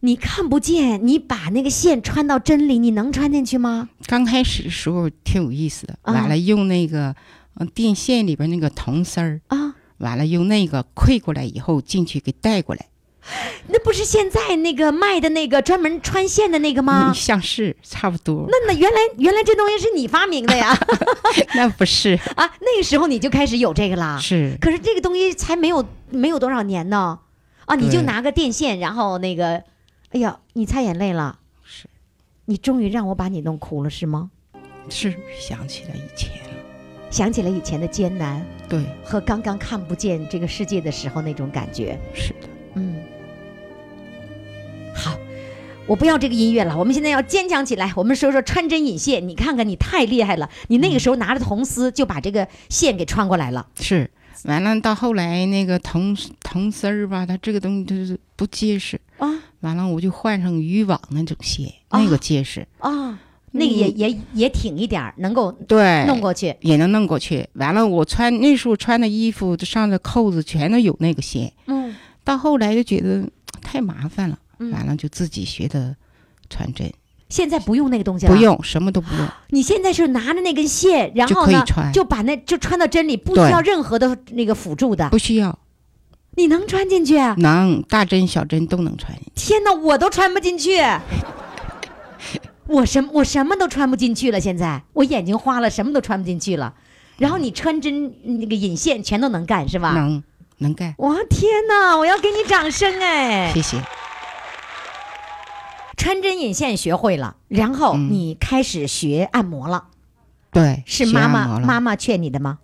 Speaker 2: 你看不见，你把那个线穿到针里，你能穿进去吗？
Speaker 9: 刚开始的时候挺有意思的，
Speaker 2: 啊
Speaker 9: 完了用那个嗯电线里边那个铜丝儿，
Speaker 2: 啊，
Speaker 9: 完了用那个溃过来以后进去给带过来，
Speaker 2: 那不是现在那个卖的那个专门穿线的那个吗
Speaker 9: 嗯，？像是差不多。
Speaker 2: 那那原来原来这东西是你发明的呀
Speaker 9: *laughs* 那啊不是，
Speaker 2: 啊！那个时候你就开始有这个啦。
Speaker 9: 是
Speaker 2: 可是这个东西才没有没有多少年呢，啊，你就
Speaker 9: 对
Speaker 2: 拿个电线，然后那个，哎呀，你擦眼泪了，
Speaker 9: 是
Speaker 2: 你终于让我把你弄哭了是吗？
Speaker 9: 是，想起了以前了。
Speaker 2: 想起了以前的艰难
Speaker 9: 对，
Speaker 2: 和刚刚看不见这个世界的时候那种感觉，
Speaker 9: 是的，
Speaker 2: 嗯嗯，好，我不要这个音乐了，我们现在要坚强起来。我们说说穿针引线，你看看你太厉害了，你那个时候拿着铜丝就把这个线给穿过来了。
Speaker 9: 是，完了到后来那个铜铜丝儿吧，它这个东西就是不结实
Speaker 2: 啊。
Speaker 9: 完了我就换上渔网那种鞋，
Speaker 2: 啊
Speaker 9: 那个结实，
Speaker 2: 啊、那个也
Speaker 9: 嗯哎
Speaker 2: 也也挺一点儿，能够
Speaker 9: 对，
Speaker 2: 弄过去。
Speaker 9: 也能弄过去。完了我穿那时候穿的衣服上的扣子全都有那个鞋，
Speaker 2: 嗯
Speaker 9: 到后来就觉得太麻烦了，完
Speaker 2: 嗯，
Speaker 9: 了就自己学的穿针，
Speaker 2: 现在不用那个东西了。
Speaker 9: 不，用什么都不用，
Speaker 2: 你现在是拿着那根线，然
Speaker 9: 就
Speaker 2: 后
Speaker 9: 可以
Speaker 2: 呢
Speaker 9: 穿
Speaker 2: 就把那就穿到针里，不需
Speaker 9: 对
Speaker 2: 要任何的那个辅助的，
Speaker 9: 不需要
Speaker 2: 你能穿进去？啊
Speaker 9: 能大针小针都能穿。
Speaker 2: 天哪，我都穿不进
Speaker 9: *laughs*
Speaker 2: 去。我什我什么都穿不进去了，现在我眼睛花了，什么都穿不进去了。然后你穿针那个引线全都能干是吧？
Speaker 9: 能能干，
Speaker 2: 哇天哪，我要给你掌声哎！
Speaker 9: 谢谢。
Speaker 2: 穿针引线学会了，然后
Speaker 9: 嗯
Speaker 2: 你开始学按摩了，
Speaker 9: 对，
Speaker 2: 是
Speaker 9: 学
Speaker 2: 妈
Speaker 9: 按摩
Speaker 2: 妈
Speaker 9: 了
Speaker 2: 妈妈劝你的吗？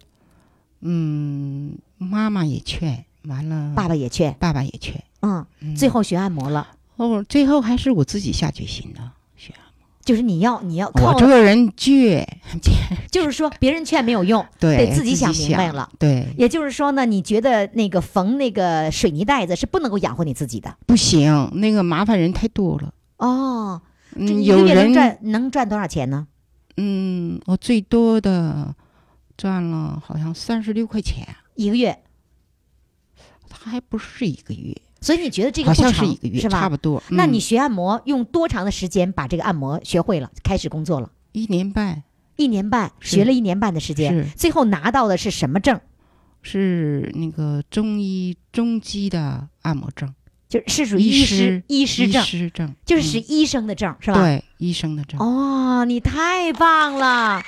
Speaker 9: 嗯，妈妈也劝，完了
Speaker 2: 爸爸也劝，
Speaker 9: 爸爸也劝，
Speaker 2: 嗯，
Speaker 9: 嗯
Speaker 2: 最后学按摩了，
Speaker 9: 后最后还是我自己下决心的。学
Speaker 2: 就是你要你要靠
Speaker 9: 我，这个人倔，
Speaker 2: 就是说别人劝没有用，
Speaker 9: 对
Speaker 2: 得自己想明白
Speaker 9: 想
Speaker 2: 了。
Speaker 9: 对，
Speaker 2: 也就是说呢，你觉得那个缝那个水泥袋子是不能够养活你自己的
Speaker 9: 不行，那个麻烦人太多了。
Speaker 2: 哦。这
Speaker 9: 嗯，
Speaker 2: 一个
Speaker 9: 有
Speaker 2: 月能
Speaker 9: 人
Speaker 2: 赚能赚多少钱呢？
Speaker 9: 嗯，我最多的赚了好像三十六块钱，
Speaker 2: 一个月，
Speaker 9: 他还不是一个月，
Speaker 2: 所以你觉得这个
Speaker 9: 好
Speaker 2: 不
Speaker 9: 像
Speaker 2: 长
Speaker 9: 一个月，
Speaker 2: 是吧？
Speaker 9: 差不多。
Speaker 2: 那
Speaker 9: 嗯
Speaker 2: 你学按摩用多长的时间把这个按摩学会了，开始工作了？
Speaker 9: 一年半
Speaker 2: 一年半，
Speaker 9: 是
Speaker 2: 学了一年半的时间，
Speaker 9: 是
Speaker 2: 最后拿到的是什么证？
Speaker 9: 是那个中医中基的按摩证，
Speaker 2: 就是属于
Speaker 9: 医
Speaker 2: 医师
Speaker 9: 师
Speaker 2: 医师证
Speaker 9: 医，师证
Speaker 2: 就是
Speaker 9: 嗯
Speaker 2: 是医生的证，是吧？。
Speaker 9: 对，医生的证。
Speaker 2: 哦，你太棒了！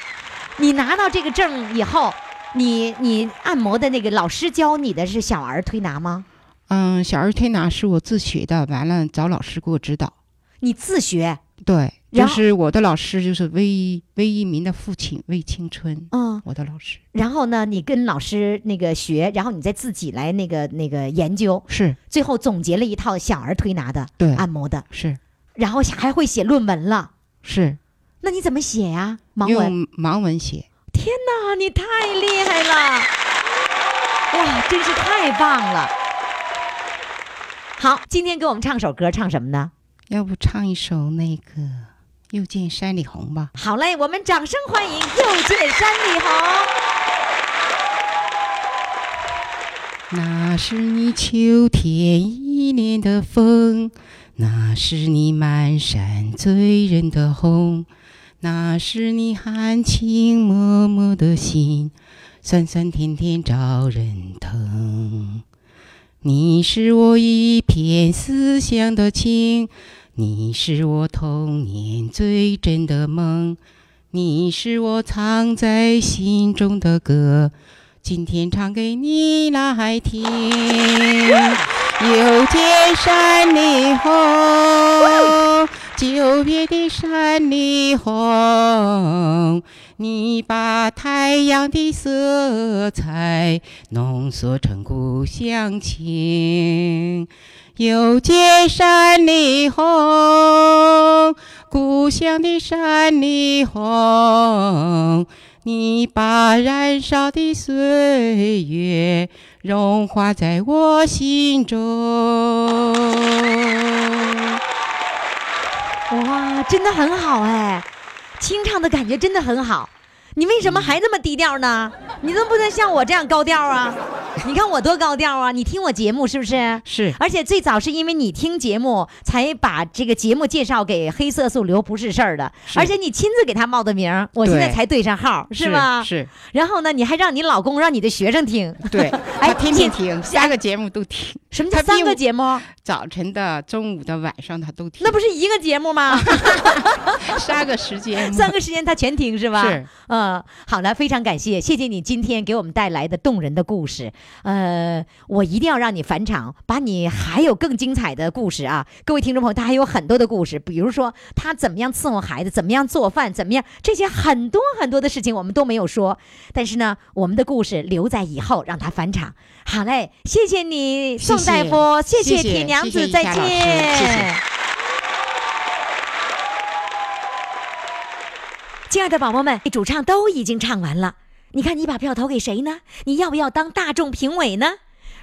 Speaker 2: 你拿到这个证以后，你你按摩的那个老师教你的是小儿推拿吗？
Speaker 9: 嗯，小儿推拿是我自学的，完了找老师给我指导。
Speaker 2: 你自学？
Speaker 9: 对，
Speaker 2: 然
Speaker 9: 就
Speaker 2: 后
Speaker 9: 是我的老师就是魏魏一民的父亲魏青春，
Speaker 2: 嗯。
Speaker 9: 我的老师
Speaker 2: 然后呢，你跟老师那个学，然后你再自己来那个那个研究，
Speaker 9: 是
Speaker 2: 最后总结了一套小儿推拿的
Speaker 9: 对，
Speaker 2: 按摩的，
Speaker 9: 是
Speaker 2: 然后还会写论文了。
Speaker 9: 是
Speaker 2: 那你怎么写呀、盲文？
Speaker 9: 用盲文写，
Speaker 2: 啊，你太厉害了！哇，真是太棒了！好，今天给我们唱首歌，唱什么呢？
Speaker 9: 要不唱一首那个《又见山里红》吧？
Speaker 2: 好嘞，我们掌声欢迎又见山里红。
Speaker 9: 那是你秋天一脸的风，那是你满山醉人的红，那是你含情脉脉的心，酸酸甜甜招人疼。你是我一片思乡的情，你是我童年最真的梦，你是我藏在心中的歌。今天唱给你来听。又见山里红，九月的山里红，你把太阳的色彩浓缩成故乡情。又见山里红，故乡的山里红，你把燃烧的岁月融化在我心中。
Speaker 2: 哇，真的很好哎，清唱的感觉真的很好。你为什么还那么低调呢？你怎么不能像我这样高调啊？你看我多高调啊！你听我节目是不是？
Speaker 9: 是
Speaker 2: 而且最早是因为你听节目，才把这个节目介绍给黑色素瘤不是事儿的，
Speaker 9: 是
Speaker 2: 而且你亲自给他冒的名儿，我现在
Speaker 9: 对
Speaker 2: 才对上号，是吧？
Speaker 9: 是，
Speaker 2: 然后呢，你还让你老公让你的学生听，
Speaker 9: *laughs* 对，
Speaker 2: 哎
Speaker 9: 他天天
Speaker 2: 这
Speaker 9: 听，三个节目都听，
Speaker 2: 什么叫
Speaker 9: 他
Speaker 2: 三
Speaker 9: 比
Speaker 2: 个
Speaker 9: 我
Speaker 2: 节目？
Speaker 9: 早晨的、中午的、晚上他都听，
Speaker 2: 那不是一个节目
Speaker 9: *laughs*
Speaker 2: 吗？
Speaker 9: 三个时间吗？
Speaker 2: 三个时间他全听是吧？
Speaker 9: 是，
Speaker 2: 嗯，好了，非常感谢，谢谢你今天给我们带来的动人的故事。呃，我一定要让你返场，把你还有更精彩的故事啊，各位听众朋友，他还有很多的故事，比如说他怎么样伺候孩子，怎么样做饭，怎么样这些很多很多的事情我们都没有说，但是呢，我们的故事留在以后让他返场。好嘞，谢谢你，
Speaker 9: 谢
Speaker 2: 宋大
Speaker 9: 谢
Speaker 2: 夫，谢
Speaker 9: 谢谢
Speaker 2: 铁娘
Speaker 9: 谢谢
Speaker 2: 子，
Speaker 9: 一
Speaker 2: 再
Speaker 9: 下
Speaker 2: 见
Speaker 9: 老师谢谢。
Speaker 2: 亲爱的宝宝们，主唱都已经唱完了，你看你把票投给谁呢？你要不要当大众评委呢？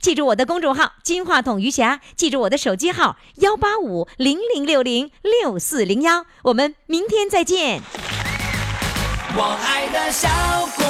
Speaker 2: 记住我的公众号“金话筒余霞”，记住我的手机号幺八五零零六零六四零幺。我们明天再见。
Speaker 1: 我爱的小鬼。